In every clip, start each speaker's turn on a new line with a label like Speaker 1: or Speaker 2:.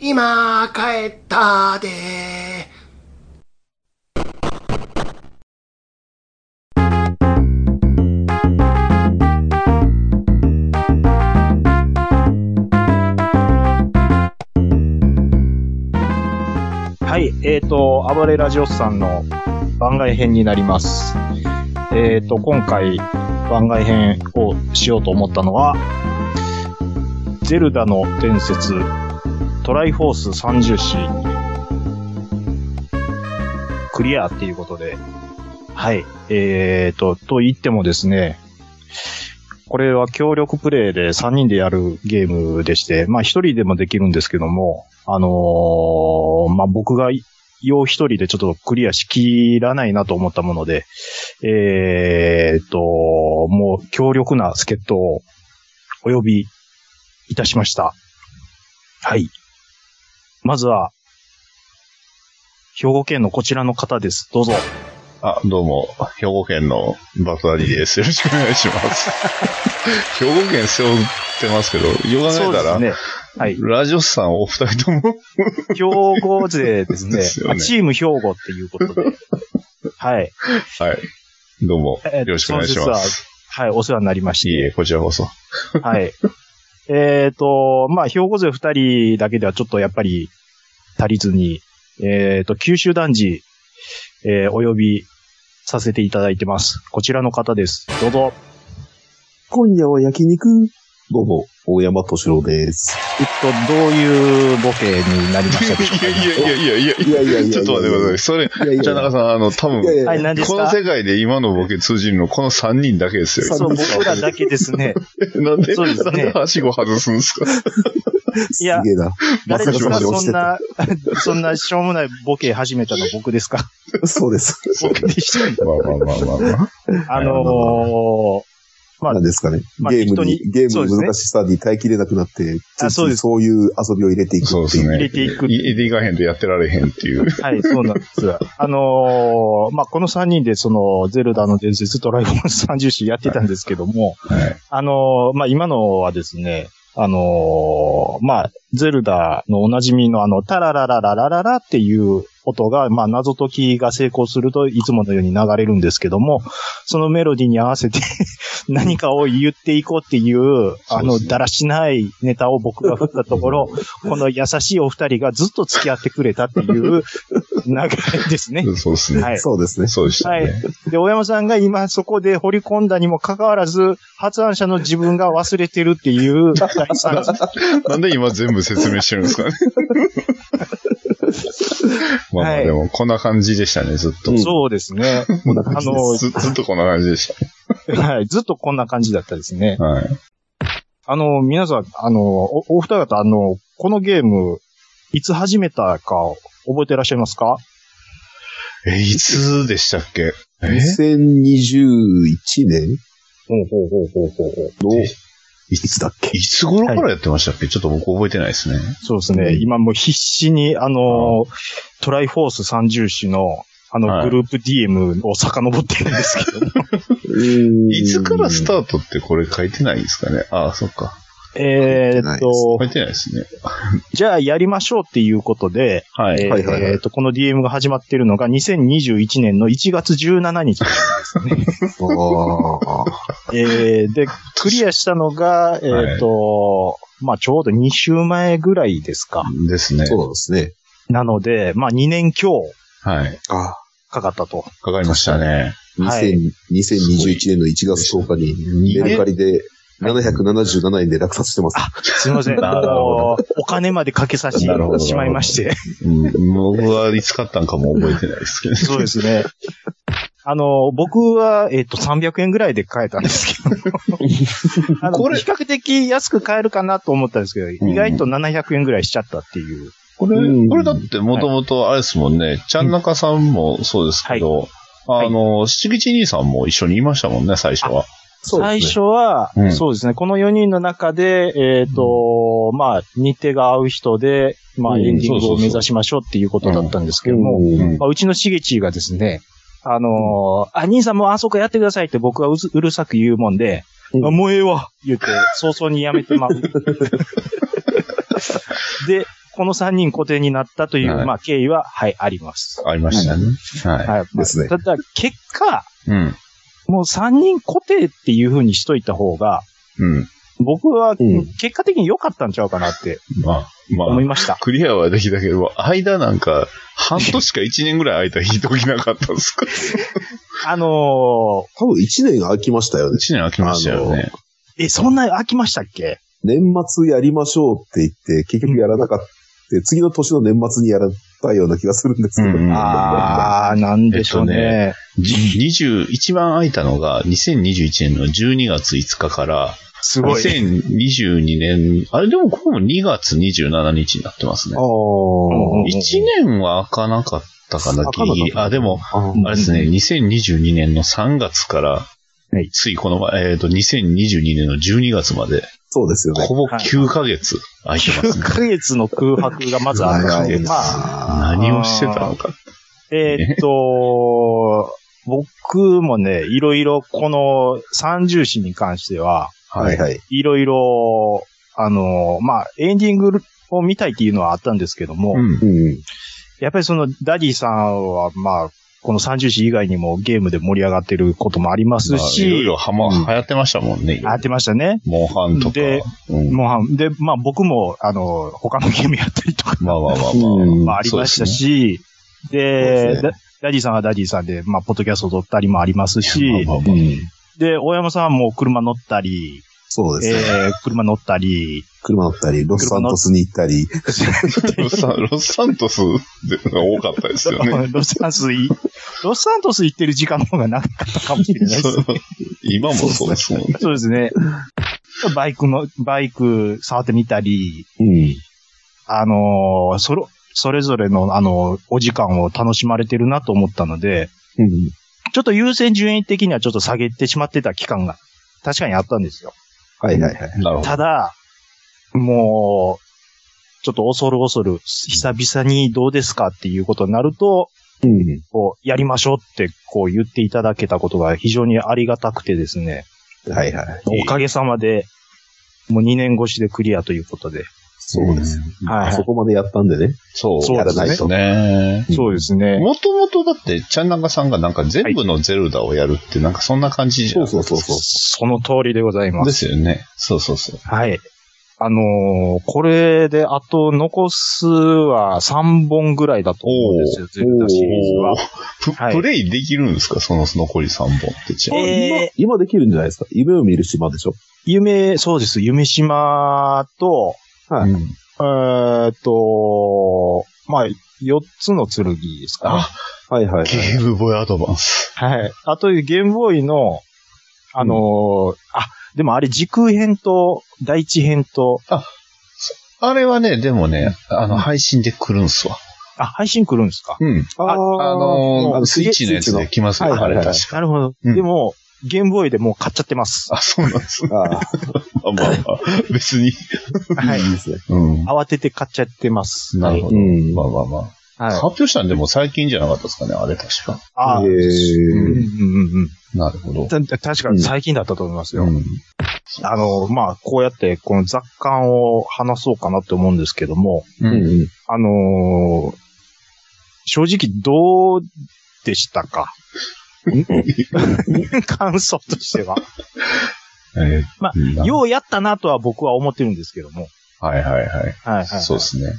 Speaker 1: 今帰ったで
Speaker 2: はい、えっ、ー、と、暴れラジオスさんの番外編になります。えっ、ー、と、今回番外編をしようと思ったのは、ゼルダの伝説、トライフォース30子、クリアっていうことで、はい、えっ、ー、と、と言ってもですね、これは協力プレイで3人でやるゲームでして、まあ1人でもできるんですけども、あのーまあ僕が用一人でちょっとクリアしきらないなと思ったもので、えーっと、もう強力な助っ人をお呼びいたしました。はい。まずは、兵庫県のこちらの方です。どうぞ。
Speaker 3: あ、どうも、兵庫県のバトダディです。よろしくお願いします。兵庫県背負ってますけど、よが
Speaker 2: そう
Speaker 3: ね
Speaker 2: で
Speaker 3: たら、
Speaker 2: すね。はい。
Speaker 3: ラジオスさんお二人とも、
Speaker 2: 兵庫勢ですね。
Speaker 3: ですよね
Speaker 2: あチーム兵庫っていうこと で。はい。
Speaker 3: はい。どうも、
Speaker 2: え
Speaker 3: よろしくお願いしま。
Speaker 2: その
Speaker 3: す。
Speaker 2: 節ははい、お世話になりまして。
Speaker 3: いえいえ、こちらこそ。
Speaker 2: はい。えっ、と、まあ、兵庫勢二人だけではちょっとやっぱり足りずに、えっ、と、九州男児、えーお呼びさせていただいてます。こちらの方です。どうぞ。
Speaker 4: 今夜は焼肉。どうも、大山敏郎です。
Speaker 2: えっと、どういうボケになりましたでしょう
Speaker 3: い
Speaker 2: か
Speaker 3: やいやいやいやい
Speaker 4: いやいやいや
Speaker 3: や、ちょっと待ってください。それ、
Speaker 4: いやいや
Speaker 3: じゃあ中さん、あの、多分、
Speaker 4: いやいや
Speaker 2: はい、何です
Speaker 3: この
Speaker 2: か
Speaker 3: 世界で今のボケ通じるの、この三人だけですよ。
Speaker 2: そう、僕らだけですね。
Speaker 3: なんで、
Speaker 2: そうですね
Speaker 3: なんではしご外すんですか
Speaker 2: いや
Speaker 4: すげえな。
Speaker 2: 誰ですか
Speaker 4: まさか
Speaker 2: そ
Speaker 4: そ
Speaker 2: ん
Speaker 4: ん
Speaker 2: な
Speaker 4: な、
Speaker 2: そんなしょうもないボケ始めたの僕ですか
Speaker 4: そうです。
Speaker 3: そう
Speaker 2: 僕でした。
Speaker 3: まあまあまあまあまあ。
Speaker 2: あのー、まあ
Speaker 4: 何ですかね。
Speaker 2: まあ
Speaker 4: ゲーム
Speaker 2: 人
Speaker 4: に、
Speaker 2: に
Speaker 4: ゲー
Speaker 2: そう
Speaker 4: ム
Speaker 2: です
Speaker 4: の
Speaker 2: ね
Speaker 4: 難しさに耐えきれなくなって、
Speaker 2: あそうです
Speaker 4: そういう遊びを入れていくって
Speaker 3: そう
Speaker 4: い
Speaker 3: で
Speaker 4: う。
Speaker 3: すね。
Speaker 2: 入れていく
Speaker 3: 入れていかへんとやってられへんっていう。
Speaker 2: はい、そうなんです。あのーまあ、この3人で、その、ゼルダの伝説、ドラゴン30種やってたんですけども、
Speaker 3: はい。
Speaker 2: あのーまあ、今のはですね、あのーまあ、ゼルダのおなじみのあの、タラララララララっていう音が、まあ、謎解きが成功するといつものように流れるんですけども、そのメロディーに合わせて 何かを言っていこうっていう、あ
Speaker 3: そう
Speaker 2: の、
Speaker 3: ですね
Speaker 2: だらしないネタを僕が振ったところ、この優しいお二人がずっと付き合ってくれたっていう流れですね。
Speaker 3: そうですね。
Speaker 2: はい。
Speaker 4: そうですね。
Speaker 3: そうでしたね。
Speaker 2: で、大山さんが今そこで掘り込んだにもかかわらず、発案者の自分が忘れてるっていう第三者。
Speaker 3: なんで今全部説明してるんですかね。まあまあ
Speaker 2: はい
Speaker 3: でも、こんな感じでしたね、ずっと。
Speaker 2: そうですね。
Speaker 4: こんな感
Speaker 2: あ
Speaker 4: じで
Speaker 2: の、
Speaker 3: ずずっとこんな感じでし
Speaker 2: はい。ずっとこんな感じだったですね。
Speaker 3: た。はい。
Speaker 2: あの、皆さん、あの、おお二方、あの、このゲーム、いつ始めたか覚えてらっしゃいますか
Speaker 3: え、いつでしたっけえ
Speaker 4: す。2021年
Speaker 2: ほうほうほうほうほうほう。
Speaker 4: の、
Speaker 3: え
Speaker 4: いつだっけ
Speaker 3: いつ頃からやってましたっけちょっと僕覚えてないですね。
Speaker 2: そうですね。今もう必死に、あの、トライフォース三重視の、あの、
Speaker 3: はい
Speaker 2: グループ DM を遡ってるんですけど も。
Speaker 3: い
Speaker 4: い
Speaker 3: つからス
Speaker 4: ー
Speaker 3: タートってこれ書いてないんですかねああ、そっか。
Speaker 2: えーっと
Speaker 3: 書、いてないですね。
Speaker 2: じゃあやりましょうっていうことで、
Speaker 3: は
Speaker 2: え
Speaker 3: い。
Speaker 2: ー
Speaker 4: はいはいはい
Speaker 2: えーっと、この DM が始まってるのが2021年の1月17日。
Speaker 4: ト
Speaker 2: えーで、クリアしたのが、えーっと、まあちょうど2週前ぐらいですか。
Speaker 3: ですね。
Speaker 4: そうなんですね。
Speaker 2: なので、まあ2年強
Speaker 3: はい。
Speaker 4: あ
Speaker 2: かかったと。
Speaker 3: かかりましたね。
Speaker 4: 2000
Speaker 2: はい
Speaker 4: 2021年の1月10日に、メルカリで777円で落札してます。
Speaker 2: すいません。あ
Speaker 3: なるほ
Speaker 2: の、お金までかけさせ
Speaker 3: なるほ
Speaker 2: て
Speaker 3: ど
Speaker 2: しまいまして。
Speaker 3: うん僕はいつ買ったんかも覚えてないですけど。
Speaker 2: そうですね。あの、僕は、えっ、と、300円ぐらいで買えたんですけ ど。あの
Speaker 3: これ
Speaker 2: 比較的安く買えるかなと思ったんですけど、意外と700円ぐらいしちゃったっていう。
Speaker 3: これ、
Speaker 4: うん
Speaker 3: これだってもともとあれですもんね、ちゃんなかさんもそうですけど、
Speaker 2: はい
Speaker 3: あの、七口兄さんも一緒にいましたもんね、最初は。
Speaker 4: そうです
Speaker 2: 最
Speaker 4: ね
Speaker 2: 初は、
Speaker 3: うん
Speaker 2: そうですね、この4人の中で、えっ、と、まあ、日程が合う人で、まあ、
Speaker 4: うん
Speaker 2: エンディン
Speaker 3: そう
Speaker 2: グ
Speaker 3: そう
Speaker 2: を
Speaker 3: そう
Speaker 2: 目指しましょうっていうことだったんですけども、
Speaker 4: うん
Speaker 3: うん
Speaker 2: まあ、うちのしげちがですね、あのーあ、兄さんもうあそこやってくださいって僕はうずうるさく言うもんで、
Speaker 4: うん
Speaker 2: あもうええわ言って、早々にやめてまう。で、この3人固定になったという、
Speaker 3: はい
Speaker 2: まあ、経緯は、はい、あります。
Speaker 3: ありましたね。は
Speaker 2: はい。
Speaker 3: い。
Speaker 2: まあ
Speaker 4: ですね
Speaker 2: ただ、結果、
Speaker 3: うん。
Speaker 2: もう3人固定っていう風にしといた方が、
Speaker 3: うん。
Speaker 2: 僕は、
Speaker 4: うん
Speaker 2: 結果的に良かったんちゃうかなって
Speaker 3: まあ、ま
Speaker 2: 思い
Speaker 3: あ、
Speaker 2: ました。
Speaker 3: クリアはできたけど、間なんか、半年か1年ぐらい間引いておきなかったんです か
Speaker 2: あの
Speaker 4: 多分1年空きましたよね
Speaker 3: ?1。年空きましたよね。
Speaker 2: ーえ、そんな飽きましたっけ
Speaker 4: 年末やりましょうって言って、結局やらなかった。次の年の年末にやらたような気がするんですけど。
Speaker 3: うん
Speaker 2: あー、なんでしょう
Speaker 3: えっと
Speaker 2: ね
Speaker 3: じ20一番空いたのが、2021年の12月5日から、
Speaker 2: すごい。
Speaker 3: 2022年、あれでもここも2月27日になってますね。
Speaker 2: うん
Speaker 3: 1年は開かなかったかな、ギ
Speaker 4: 開かなかった
Speaker 3: リギリ。あ、でも、
Speaker 4: ああ。
Speaker 3: あれですね、2022年の3月から、
Speaker 2: はい
Speaker 3: ついこの前、えっ、と、2022年の12月まで、
Speaker 4: そうですよね。
Speaker 3: ほぼ
Speaker 2: はい
Speaker 3: 9ヶ月空いてま
Speaker 2: 9
Speaker 3: すね。
Speaker 2: ヶ月の空白がまずある
Speaker 4: 長
Speaker 2: の
Speaker 4: い
Speaker 2: で、
Speaker 4: な
Speaker 2: まあ、
Speaker 3: 何をしてたのか。
Speaker 2: えーっと、僕もね、いろいろこの三重詩に関しては、
Speaker 4: はいはい。
Speaker 2: いろいろ、あの、まあ、エンディングを見たいっていうのはあったんですけども、
Speaker 3: うん。
Speaker 4: うん。
Speaker 2: やっぱりそのダディさんは、まあ、この三重詩以外にもゲームで盛り上がってることもあります
Speaker 3: まあいろい
Speaker 2: し、
Speaker 3: ろはま、流行ってましたもんね。
Speaker 2: あってましたね。
Speaker 3: モンハンとか。
Speaker 2: で
Speaker 3: うん
Speaker 2: もう、で、まあ僕も、あの、他のゲームやったりとか、
Speaker 3: まあまあまあ
Speaker 4: うん
Speaker 3: ま
Speaker 2: ま
Speaker 3: あ。
Speaker 2: あ、ありましたし、で
Speaker 4: そうですね
Speaker 2: ダダディさんはダディさんで、まあ、ポッドキャストを撮ったりもあります
Speaker 3: そうですね、
Speaker 2: し、
Speaker 3: まあま あまあ
Speaker 4: うん
Speaker 2: で、大山さんも車乗ったり、
Speaker 4: そうですね。
Speaker 2: えー、車乗ったり、
Speaker 4: 車乗ったり、ロスサントスに行ったり、
Speaker 3: ロスサンロスサントスが多かったですよね。
Speaker 2: ロサン スい、ロサントス行ってる時間の方が長かったかもしれないです。
Speaker 3: そう 今もそうですも んね。
Speaker 2: そうですね。バイクの、バイク触ってみたり、
Speaker 4: うん。
Speaker 2: あのーそれ、それぞれの、あのーお時間を楽しまれてるなと思ったので、
Speaker 4: うん。
Speaker 2: ちょっと優先順位的にはちょっと下げてしまってた期間が、確かにあったんですよ。
Speaker 4: はいはいはい。
Speaker 3: なるほど。
Speaker 2: ただ、もう、ちょっと恐る恐る、久々にどうですかっていうことになると、
Speaker 4: うん。
Speaker 2: こう、やりましょうって、こう言っていただけたことが非常にありがたくてですね、
Speaker 4: はいはい。
Speaker 3: ええ
Speaker 2: おかげさまで、もう2年越しでクリアということで。
Speaker 4: そうです。
Speaker 2: は
Speaker 4: そこまでやったんでね。
Speaker 3: そう。
Speaker 2: そうですね
Speaker 3: ですね。
Speaker 2: そうですね。
Speaker 3: もともとだって、ちゃんなんかさんがなんか全部のゼルダをやるって、なんかそんな感じじゃ
Speaker 4: そ
Speaker 3: ん。
Speaker 4: うそうそうそう。
Speaker 2: その通りでございま。
Speaker 3: ですすよね。そうそうそう。
Speaker 2: はい。あのーこれで、あと残すは3本ぐらいだと思うんですよ、ゼルダシリーズは
Speaker 3: おー。プ
Speaker 2: はい
Speaker 3: プレイできるんですかその残り3本って。ちなみに
Speaker 2: えー
Speaker 4: 今できるんじゃないですか。夢を見る島でしょ。
Speaker 2: 夢、そうです。夢島と、
Speaker 4: はい
Speaker 3: うん
Speaker 2: えーっと、まあ、4つの剣ですかね。
Speaker 3: あ、
Speaker 4: はいはいはい。
Speaker 3: ゲームボーイアドバンス。
Speaker 2: はい。あと、ゲームボーイの、あのーあ、でもあれ、時空編と、第一編と、
Speaker 3: あれはね、でもね、あの、配信で来るんすわ。
Speaker 2: あ、配信来るんですか
Speaker 3: うん。
Speaker 4: あー
Speaker 3: あのー、スイッチのやつで。来ますよ、
Speaker 4: はいは
Speaker 3: あ
Speaker 4: いは
Speaker 3: れ
Speaker 4: い
Speaker 3: 確か。
Speaker 2: なるほど。
Speaker 3: うん
Speaker 2: でも、ゲームボーイでもう買っちゃってます。
Speaker 3: あ、そうなんです。ま
Speaker 4: あ
Speaker 3: あまあまあ、別に。
Speaker 4: あ、
Speaker 2: はい
Speaker 4: い。いですね。
Speaker 3: うん。
Speaker 2: 慌てて買っちゃってます。
Speaker 3: なるほ
Speaker 4: う
Speaker 3: ど。
Speaker 4: ん。
Speaker 3: まあまあまあ。
Speaker 2: はい。
Speaker 3: 発表したんでも最近じゃなかったですかね、あれ確か。
Speaker 2: あ
Speaker 4: え
Speaker 2: ーうんうん
Speaker 4: ー
Speaker 2: うん
Speaker 3: なるほど。
Speaker 2: うん。た確かに最近だったと思いますよ。
Speaker 3: うん
Speaker 2: あの、まあ、こうやって、この雑感を話そうかなって思うんですけども、
Speaker 3: う
Speaker 4: うん
Speaker 3: ん。
Speaker 4: うん。
Speaker 2: あのー正直どうでしたか 感想としては。
Speaker 3: えー
Speaker 2: まあ
Speaker 3: うん
Speaker 2: ようやったなとは僕は思ってるんですけども。
Speaker 3: はいはいはい。
Speaker 2: はいはい、
Speaker 3: そうですね。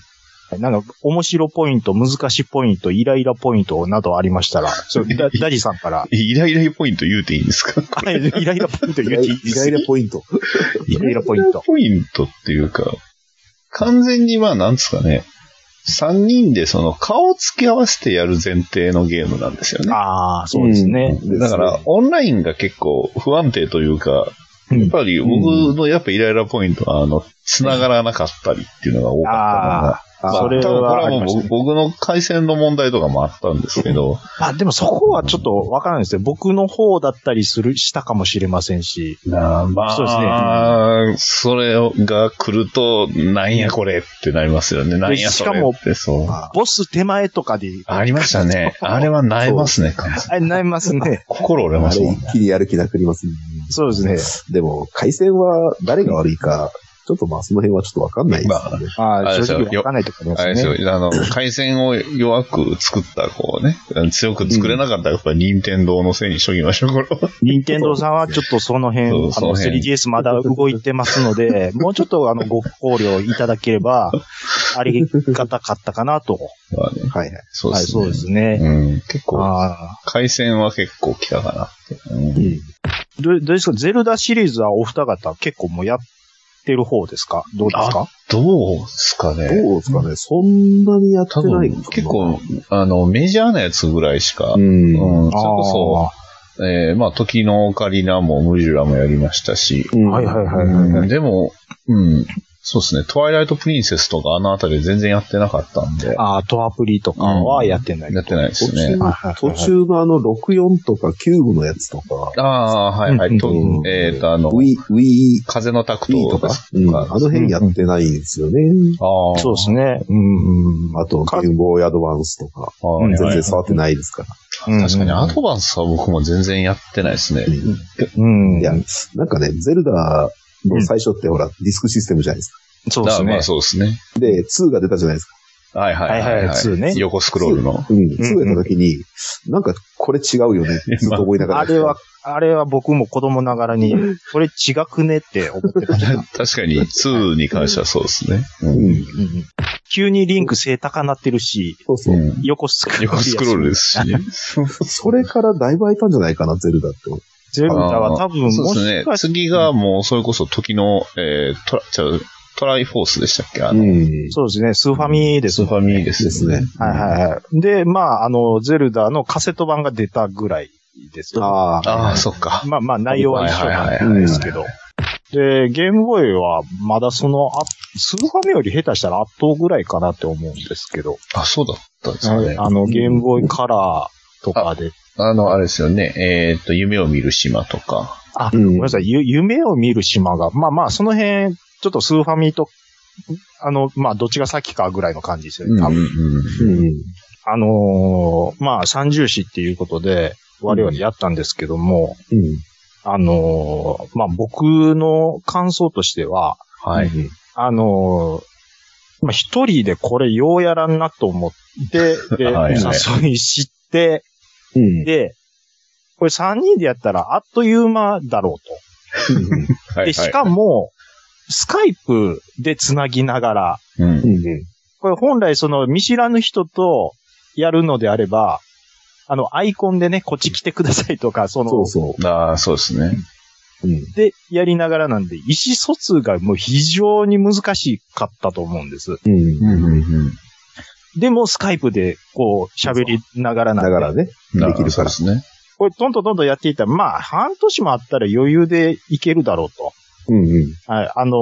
Speaker 2: す。なんか、面白ポイント、難しポイント、イライラポイントなどありましたら、そう ダダディさんから、
Speaker 3: イライラポイント言うていいんですか
Speaker 2: はいイライラポイント
Speaker 4: 意
Speaker 2: 言っ
Speaker 4: 外
Speaker 2: ていいです
Speaker 4: なポイント。
Speaker 2: イライラポイント。
Speaker 3: ポイントっていうか、完全にまあなんですかね、三人でその顔を付き合わせてやる前提のゲームなんですよね。
Speaker 2: ああ、そうですね。
Speaker 4: うん
Speaker 3: だから、、オンラインが結構不安定というか、
Speaker 2: うん
Speaker 3: やっぱり僕のやっぱイライラポイントは、あの、繋がらなかったりっていうのが多かったのが、
Speaker 2: あーそれ
Speaker 3: 多分これ
Speaker 2: はあ
Speaker 3: は
Speaker 2: り
Speaker 3: も
Speaker 2: ましたね
Speaker 3: う僕の回線の問題とかもあったんですけど、
Speaker 2: まあでもそこはちょっとわからないですね。僕の方だったりする、したかもしれませんし。
Speaker 3: なまあ、
Speaker 2: そうですね
Speaker 3: それが来ると、なんやこれってなりますよね。なんやそれって、そう。
Speaker 2: ボス手前とかで、
Speaker 3: ありましたね。あれは萎えますね、完全に。
Speaker 2: あれ、なりますね
Speaker 3: 心折れ
Speaker 4: あ
Speaker 3: ます
Speaker 4: れ
Speaker 3: もんね。
Speaker 4: 一気にやる気なくなりますね。
Speaker 2: そうです
Speaker 4: でも、回線は誰が悪いか、ちょっとまあその辺はちょっとわかんないですね
Speaker 2: ね。。ま
Speaker 3: あれ
Speaker 2: あ、
Speaker 3: です
Speaker 2: 正
Speaker 3: よ
Speaker 2: 直わかんないとこありま
Speaker 3: あれですす
Speaker 2: ね。
Speaker 3: よ、あの、回線を弱く作った、こうね、強く作れなかったら、やっぱり任天堂のせいにしときましょう、これは。
Speaker 2: 任天堂さんはちょっとその辺、あ
Speaker 3: そう
Speaker 2: の、
Speaker 3: その辺
Speaker 2: 3DS まだ動いてますの で、もうちょっとあの、ご考慮いただければ、ありがたかったかなと。
Speaker 3: まあね、
Speaker 4: はいはい。
Speaker 3: そうで
Speaker 2: はい、
Speaker 3: す
Speaker 2: そ
Speaker 3: ね。
Speaker 2: うですね。
Speaker 3: うん、結構、
Speaker 2: あ
Speaker 3: 回線は結構来たかなって。うん
Speaker 4: うん
Speaker 2: ーどうどうですかゼルダシリーズはお二方結構もうやってる方ですかどうですか
Speaker 3: どうですかね。
Speaker 4: どうですかね、そんなにやって
Speaker 3: 多
Speaker 4: な
Speaker 3: 分
Speaker 4: いかな
Speaker 3: 結構、、あの、メジャーなやつぐらいしか、う
Speaker 4: う
Speaker 3: ん、
Speaker 4: ん。
Speaker 3: それこそ、えーまあ、時のオカリナもムジュラもやりましたし、
Speaker 4: うん
Speaker 2: はいはいはい
Speaker 3: うんでも、うん、そうですね、トワイライトプリンセスとかあのあたり全然やってなかったんで、
Speaker 2: ああ、トアプリとかはやってない。
Speaker 3: やってないで
Speaker 4: 途
Speaker 3: すね
Speaker 4: 中。
Speaker 2: はいはいはい
Speaker 4: 途中のあの64とか95のやつとか、
Speaker 3: ああー、はいは
Speaker 2: うん
Speaker 3: い。と
Speaker 4: うん
Speaker 3: えっと、あの、
Speaker 4: ウィ、ウィ、
Speaker 3: 風のタク
Speaker 4: ウィ
Speaker 3: トと
Speaker 4: とか
Speaker 3: か。、
Speaker 4: うんあの辺やってないんですよね。
Speaker 3: ああ。
Speaker 2: そうですね。うん、うん。
Speaker 4: あと、ゲームボーイアドバンスとか、
Speaker 3: はい
Speaker 2: うん
Speaker 4: 全然触ってないですから。
Speaker 2: うん
Speaker 3: 確かに、アドバンスは僕も全然やってないですね。
Speaker 2: うん。
Speaker 4: いや、なんかね、ゼルダの最初ってほら、ディスクシステムじゃないですか。
Speaker 2: そうで
Speaker 3: だか
Speaker 2: す
Speaker 3: らま
Speaker 2: ね
Speaker 3: あ。そうですね。
Speaker 4: で、2が出たじゃないですか。
Speaker 3: はいはい
Speaker 2: はいはいツーね
Speaker 3: 横スクロールの。
Speaker 4: うん、2が出た時に、なんかこれ違うよねってずっと思いながら。
Speaker 2: あれは、あれは僕も子供ながらに、これ違くねって思ってました。
Speaker 3: 確かに、2に関してはそうですね。
Speaker 4: うん、
Speaker 2: うん急にリンク背高なってるし、
Speaker 4: そうそう。
Speaker 3: うん
Speaker 2: 横スクロールやし。
Speaker 3: 横スクロールですしね。
Speaker 4: それからだいぶ空いたんじゃないかな、ゼルダって。
Speaker 2: ゼルダは多分、も
Speaker 3: そうです
Speaker 2: し
Speaker 3: ね
Speaker 2: か。して、
Speaker 3: 次がもう、それこそ時の、えー、トラ、ちゃうトライフォースでしたっけあの、
Speaker 4: ん。
Speaker 2: そうですね、スーファミです。
Speaker 3: スーファミです
Speaker 4: ですね。
Speaker 2: はいはいはい。で、まあ、あの、ゼルダのカセット版が出たぐらいです。
Speaker 4: ああ。
Speaker 3: ああ、そっか。
Speaker 2: まあまあ、内容は一緒なんですけど。で、ゲームボーイは、まだその、あスーファミより下手したら圧倒ぐらいかなって思うんですけど。
Speaker 3: あ、そうだったんですかね。
Speaker 2: あの、ゲームボーイカラーとかで。
Speaker 3: あの、あれですよね。えっと、夢を見る島とか。
Speaker 2: あ、
Speaker 4: うん
Speaker 2: ごめんなさい、ゆ夢を見る島が、まあまあ、その辺、ちょっとスーファミと、あの、まあ、どっちが先かぐらいの感じですよね、多分。
Speaker 3: うん
Speaker 4: うん。
Speaker 2: あのーまあ、三重視っていうことで、我々やったんですけども、
Speaker 4: うん。
Speaker 2: あのーまあ、僕の感想としては、
Speaker 3: はい。
Speaker 2: あのーまあ、一人でこれようやらんなと思って、で、
Speaker 3: はいはい
Speaker 2: お誘い知って、
Speaker 4: うん。
Speaker 2: で、これ三人でやったらあっという間だろうと。
Speaker 3: はい
Speaker 2: で、しか
Speaker 3: も、
Speaker 2: も、スカイプで繋ぎながら、
Speaker 3: うん
Speaker 4: うん。
Speaker 2: これ本来その見知らぬ人とやるのであれば、あの、アイコンでね、こっち来てくださいとか、その、
Speaker 4: そうそ
Speaker 3: ああ、そうですね。
Speaker 4: う。うん。
Speaker 2: で、やりながらなんで、意思疎通がもう非常に難しかったと思うんです。
Speaker 4: うん。
Speaker 2: でも、スカイプで、こう、喋りながらな
Speaker 4: だ
Speaker 2: んで。
Speaker 4: からね。
Speaker 3: な
Speaker 4: できるから
Speaker 3: そうですね。
Speaker 2: これ、どんどんどんどんやっていったら、まあ、半年もあったら余裕でいけるだろうと。
Speaker 4: うんうん。
Speaker 2: はい、あの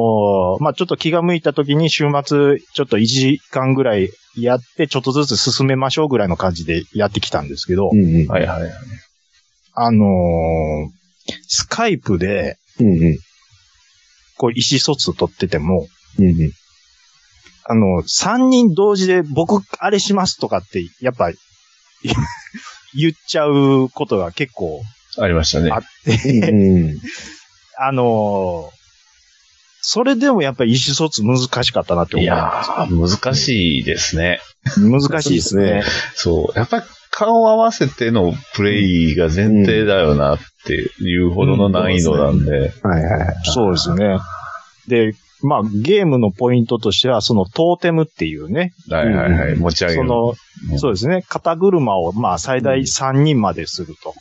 Speaker 2: ーまあ、ちょっと気が向いた時に週末、ちょっと1時間ぐらいやって、ちょっとずつ進めましょうぐらいの感じでやってきたんですけど、
Speaker 4: うんうん。
Speaker 3: はいはいはい。
Speaker 2: あのースカイプで、
Speaker 4: うんうん。
Speaker 2: こう、意思疎通取ってても、
Speaker 4: うんうん。
Speaker 2: あの、3人同時で僕、あれしますとかって、やっぱ、 言っちゃうことが結構
Speaker 3: ありましたね。
Speaker 2: あ
Speaker 3: あ
Speaker 2: って、
Speaker 4: うん。
Speaker 2: あのーそれでもやっぱり意思疎通難しかったなって
Speaker 3: い
Speaker 2: 思う。
Speaker 3: やー、難しいですね。
Speaker 2: 難しいですね。
Speaker 3: そう。やっぱり顔を合わせてのプレイが前提だよなっていうほどの難易度なんで。
Speaker 4: はいはいはい。
Speaker 2: そうですね。で、まあ、ゲームのポイントとしては、そのトーテムっていうね、
Speaker 3: はいはいはい。持ち上げ
Speaker 2: そ
Speaker 3: る。
Speaker 2: の、
Speaker 3: うん
Speaker 2: そうですね、肩車を、まあ、最大3人まですると。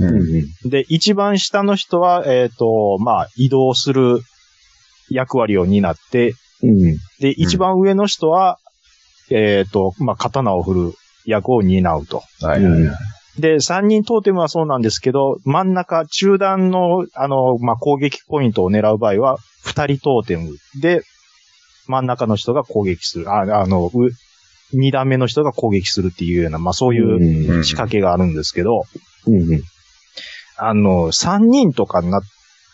Speaker 3: う
Speaker 4: うん
Speaker 3: ん
Speaker 4: うん。
Speaker 2: で、一番下の人は、えっ、と、まあ、移動する役割を担って、
Speaker 4: うん。
Speaker 2: で、一番上の人は、えっ、と、まあ、刀を振る役を担うと。
Speaker 3: はいはいはい。
Speaker 2: で、三人トーテムはそうなんですけど、真ん中、中段の、あの、まあ、攻撃ポイントを狙う場合は、二人トーテムで、真ん中の人が攻撃する。ああの、う二段目の人が攻撃するっていうような、まあ、そういう
Speaker 4: うん
Speaker 3: うん
Speaker 2: 仕掛けがあるんですけど、
Speaker 4: うんうん
Speaker 2: あの、三人とかになっ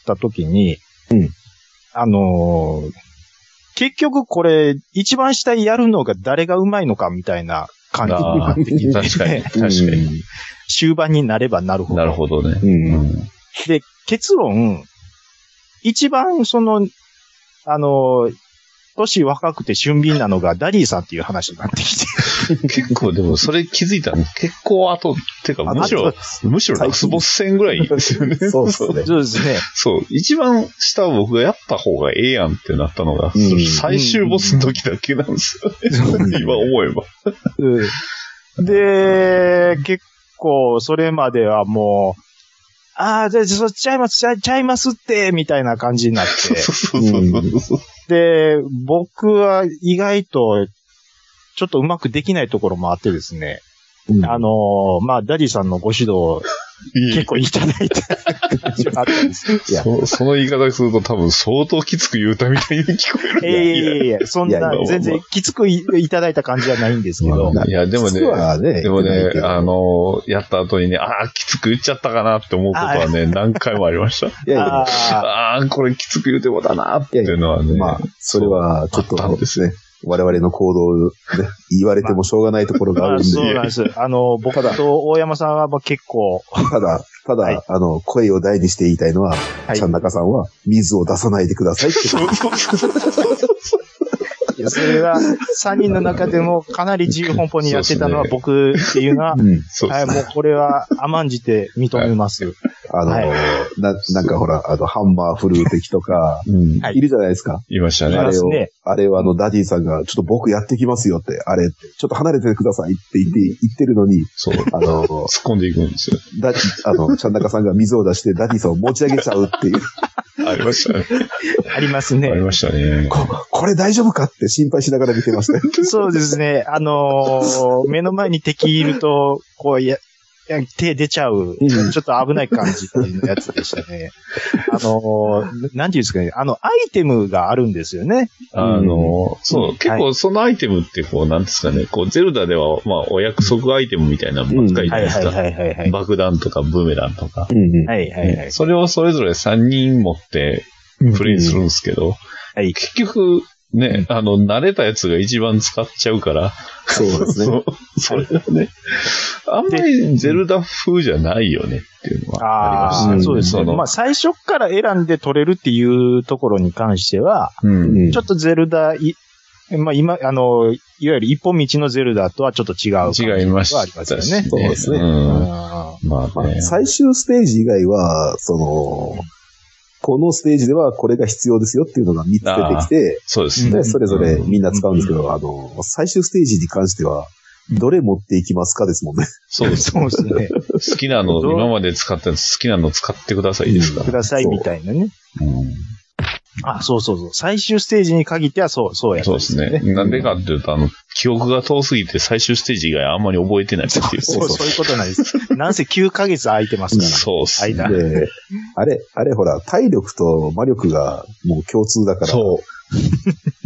Speaker 2: た時に、
Speaker 4: うん
Speaker 2: あのー結局これ、一番下やるのが誰が上手いのかみたいな感じにな
Speaker 3: あ
Speaker 2: ってき
Speaker 3: ー
Speaker 2: て
Speaker 3: 確かに、確か
Speaker 2: 終盤になればなるほ
Speaker 3: に。
Speaker 2: ど。
Speaker 3: なるほどね。
Speaker 4: うんうん
Speaker 2: で、結論、一番その、あのー、年若くて俊敏なのがダディさんっていう話になってきて。
Speaker 3: 結構、でも、それ気づいたの結構後、てか、むしろ、むしろラスボス戦ぐらいですよね。
Speaker 4: そうっすね
Speaker 2: そうですね。
Speaker 3: そう。一番下を僕がやった方がええやんってなったのが、
Speaker 4: うん
Speaker 3: 最終ボスの時だけなんですよね。今思えば。
Speaker 2: で、結構、それまではもう、ああ、じゃあ、そちゃいます、ちゃいちゃいますって、みたいな感じになっ
Speaker 3: そう そう
Speaker 4: う
Speaker 3: そ
Speaker 4: ん
Speaker 3: うそう。
Speaker 2: て。で、僕は意外と、ちょっとうまくできないところもあってですね。
Speaker 4: うん
Speaker 2: あのーまあ、ダディさんのご指導、
Speaker 3: い
Speaker 2: 結構いただいた感じはあったんですけど。
Speaker 4: いや
Speaker 3: そその言い方すると多分相当きつく言うたみたいに聞こえるんだ。
Speaker 2: いやいやいやいや、そん
Speaker 4: いやいや
Speaker 2: な
Speaker 3: まあま、あ
Speaker 2: 全然きつくいいただいた感じはないんですけど。
Speaker 3: いや、でもね
Speaker 4: 実、はね
Speaker 3: でも
Speaker 4: 言っ
Speaker 3: ね
Speaker 4: てないけ、ど
Speaker 3: あのやった後にね、ああ、きつく言っちゃったかなって思うことはね、何回もありました。
Speaker 4: いやいや
Speaker 2: あー
Speaker 3: ああ、これきつく言うてもだなっていうのはね。
Speaker 4: まあ、それは、ちょっと
Speaker 3: あったんです
Speaker 4: ね、我々の行動をね、言われてもしょうがないところがあ
Speaker 2: ま
Speaker 4: る
Speaker 2: あ、
Speaker 4: ん
Speaker 2: そう
Speaker 4: で、
Speaker 2: なんです。あの、僕と大山さんはまあ結構、
Speaker 4: ただ、た
Speaker 2: はい
Speaker 4: だ、あの、声を大にして言いたいのは、
Speaker 2: い
Speaker 4: ちゃんなかさんは、水を出さないでくださいって。
Speaker 3: そうそうそう
Speaker 2: いやそれ は3人の中でもかなり自由奔放にやってたのは僕っていうのは、
Speaker 4: うん
Speaker 3: そう
Speaker 2: はい、もうこれは甘んじて認めます。
Speaker 4: あの、
Speaker 2: はい
Speaker 4: な、なんかほら、あの、ハンマー振る敵とか、
Speaker 3: うん
Speaker 2: はい
Speaker 4: いるじゃないですか。
Speaker 3: 言いました
Speaker 2: い
Speaker 3: ね。
Speaker 4: あ
Speaker 2: ま
Speaker 4: れ
Speaker 2: す
Speaker 4: を
Speaker 2: ね、
Speaker 4: あれはあの、ダディさんが、ちょっと僕やってきますよって、あれって、ちょっと離れてくださいって言って、言ってるのに、
Speaker 3: そう。突っ
Speaker 4: あの、
Speaker 3: 込んでいくんですよ。
Speaker 4: ダあの、ちゃんなかさんが水を出して、ダディさんを持ち上げちゃうっていう、
Speaker 3: ありましたね。
Speaker 2: あります
Speaker 3: あり
Speaker 2: ね。
Speaker 3: ましたね。
Speaker 4: ここれ大丈夫かって心配しながら見てましたよ。
Speaker 2: そうですね。あのー目の前に敵いると、こうや、や手出ちゃう、ちょっと危ない感じっていうやつでしたね。 あのーなんていうんですかね、あの、アイテムがあるんですよね。
Speaker 3: あの、そうう、
Speaker 2: ん
Speaker 3: 結構そのアイテムって、こう、なんですかね、こう、ゼルダでは、まあ、お約束アイテムみたいなのばっかりじゃないですか。
Speaker 2: いはいは
Speaker 3: 爆弾とかブーメランとか。
Speaker 4: うん
Speaker 2: はいはいはい。
Speaker 3: それをそれぞれ3人持ってプレイするんですけど、
Speaker 2: はい。
Speaker 3: 結局、ね、あの、慣れたやつが一番使っちゃうから、
Speaker 4: そうです
Speaker 3: そ
Speaker 4: ね。
Speaker 3: うそれがね、あんまりゼルダ風じゃないよねっていうのはありまし
Speaker 2: あ
Speaker 3: た
Speaker 2: あ
Speaker 3: ね。
Speaker 2: ー、そうですね。
Speaker 3: の
Speaker 2: まあ、最初から選んで取れるっていうところに関しては、
Speaker 3: うん
Speaker 4: うん
Speaker 2: ちょっとゼルダ、いまあ、今、あの、いわゆる一本道のゼルダとはちょっと違う感じは
Speaker 3: 違いまし
Speaker 2: あり
Speaker 3: た
Speaker 2: ま
Speaker 3: し
Speaker 2: すよね。
Speaker 4: そうですね
Speaker 3: うん
Speaker 2: あ
Speaker 3: まあ
Speaker 4: ま
Speaker 3: ね
Speaker 4: あ、。最終ステージ以外は、その、このステージではこれが必要ですよっていうのが3つ出てきて、
Speaker 3: そうですね。
Speaker 4: で、それぞれ
Speaker 3: うん
Speaker 4: みんな使うんですけど、あの、最終ステージに関しては、どれ持っていきますかですもんね。
Speaker 3: そうで
Speaker 2: ー
Speaker 3: す。
Speaker 2: そうですね。
Speaker 3: 好きなの、
Speaker 2: どう
Speaker 3: 今まで使ったやつ好きなの使ってくださいですか
Speaker 2: く
Speaker 3: ら。
Speaker 2: ださいみたいなね。あ、そうそうそう。最終ステージに限ってはそう、そうやった
Speaker 3: そうんですね。。なんでかっていうと、あの、記憶が遠すぎて最終ステージ以外あんまり覚えてないっていう。
Speaker 2: そう、そういうことなんです。なんせ9ヶ月空いてますから。
Speaker 3: そうっすね。。
Speaker 2: 間。
Speaker 4: で、あれ、あれほら、体力と魔力がもう共通だから、そう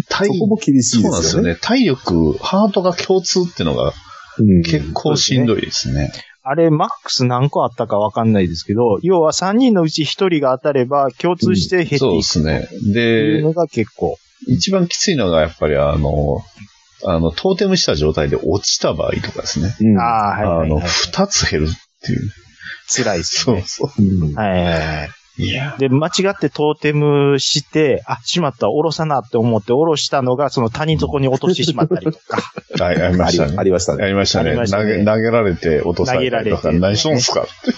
Speaker 3: 体
Speaker 4: こも厳し
Speaker 3: そ
Speaker 4: いうで
Speaker 3: なんですす
Speaker 4: よ
Speaker 3: よ
Speaker 4: ね。
Speaker 3: ね。体力、ハートが共通ってのが
Speaker 4: うん
Speaker 3: 結構しんどいですね。
Speaker 2: あれ、マックス何個あったかわかんないですけど、要は3人のうち1人が当たれば共通して減っていく
Speaker 3: そうです
Speaker 2: っ
Speaker 3: ね。
Speaker 2: ていう
Speaker 3: で、
Speaker 2: のが結構。
Speaker 3: 一番きついのがやっぱりあの、あの、トーテムした状態で落ちた場合とかですね。
Speaker 4: うん
Speaker 2: ああ、はい、はいは
Speaker 3: あの、
Speaker 2: い。
Speaker 3: 二つ減るっていう。
Speaker 2: 辛いです
Speaker 3: そう
Speaker 2: ね。
Speaker 3: そ
Speaker 4: うん
Speaker 2: はいはいはい。
Speaker 3: う。いや。
Speaker 2: で、間違ってトーテムして、あ、しまった、下ろさなって思って下ろしたのが、その谷底に落としてしまったりと か。
Speaker 3: はい、ありま
Speaker 4: あ
Speaker 3: し
Speaker 4: り
Speaker 3: たね
Speaker 4: あ。りました
Speaker 3: あ
Speaker 4: ね。
Speaker 3: りました
Speaker 2: あ
Speaker 3: ね。
Speaker 2: りました
Speaker 3: 投
Speaker 2: ね
Speaker 3: げ、投げられて落とされたりと
Speaker 2: 投
Speaker 3: か、
Speaker 2: げられて
Speaker 3: 何しとんすかって。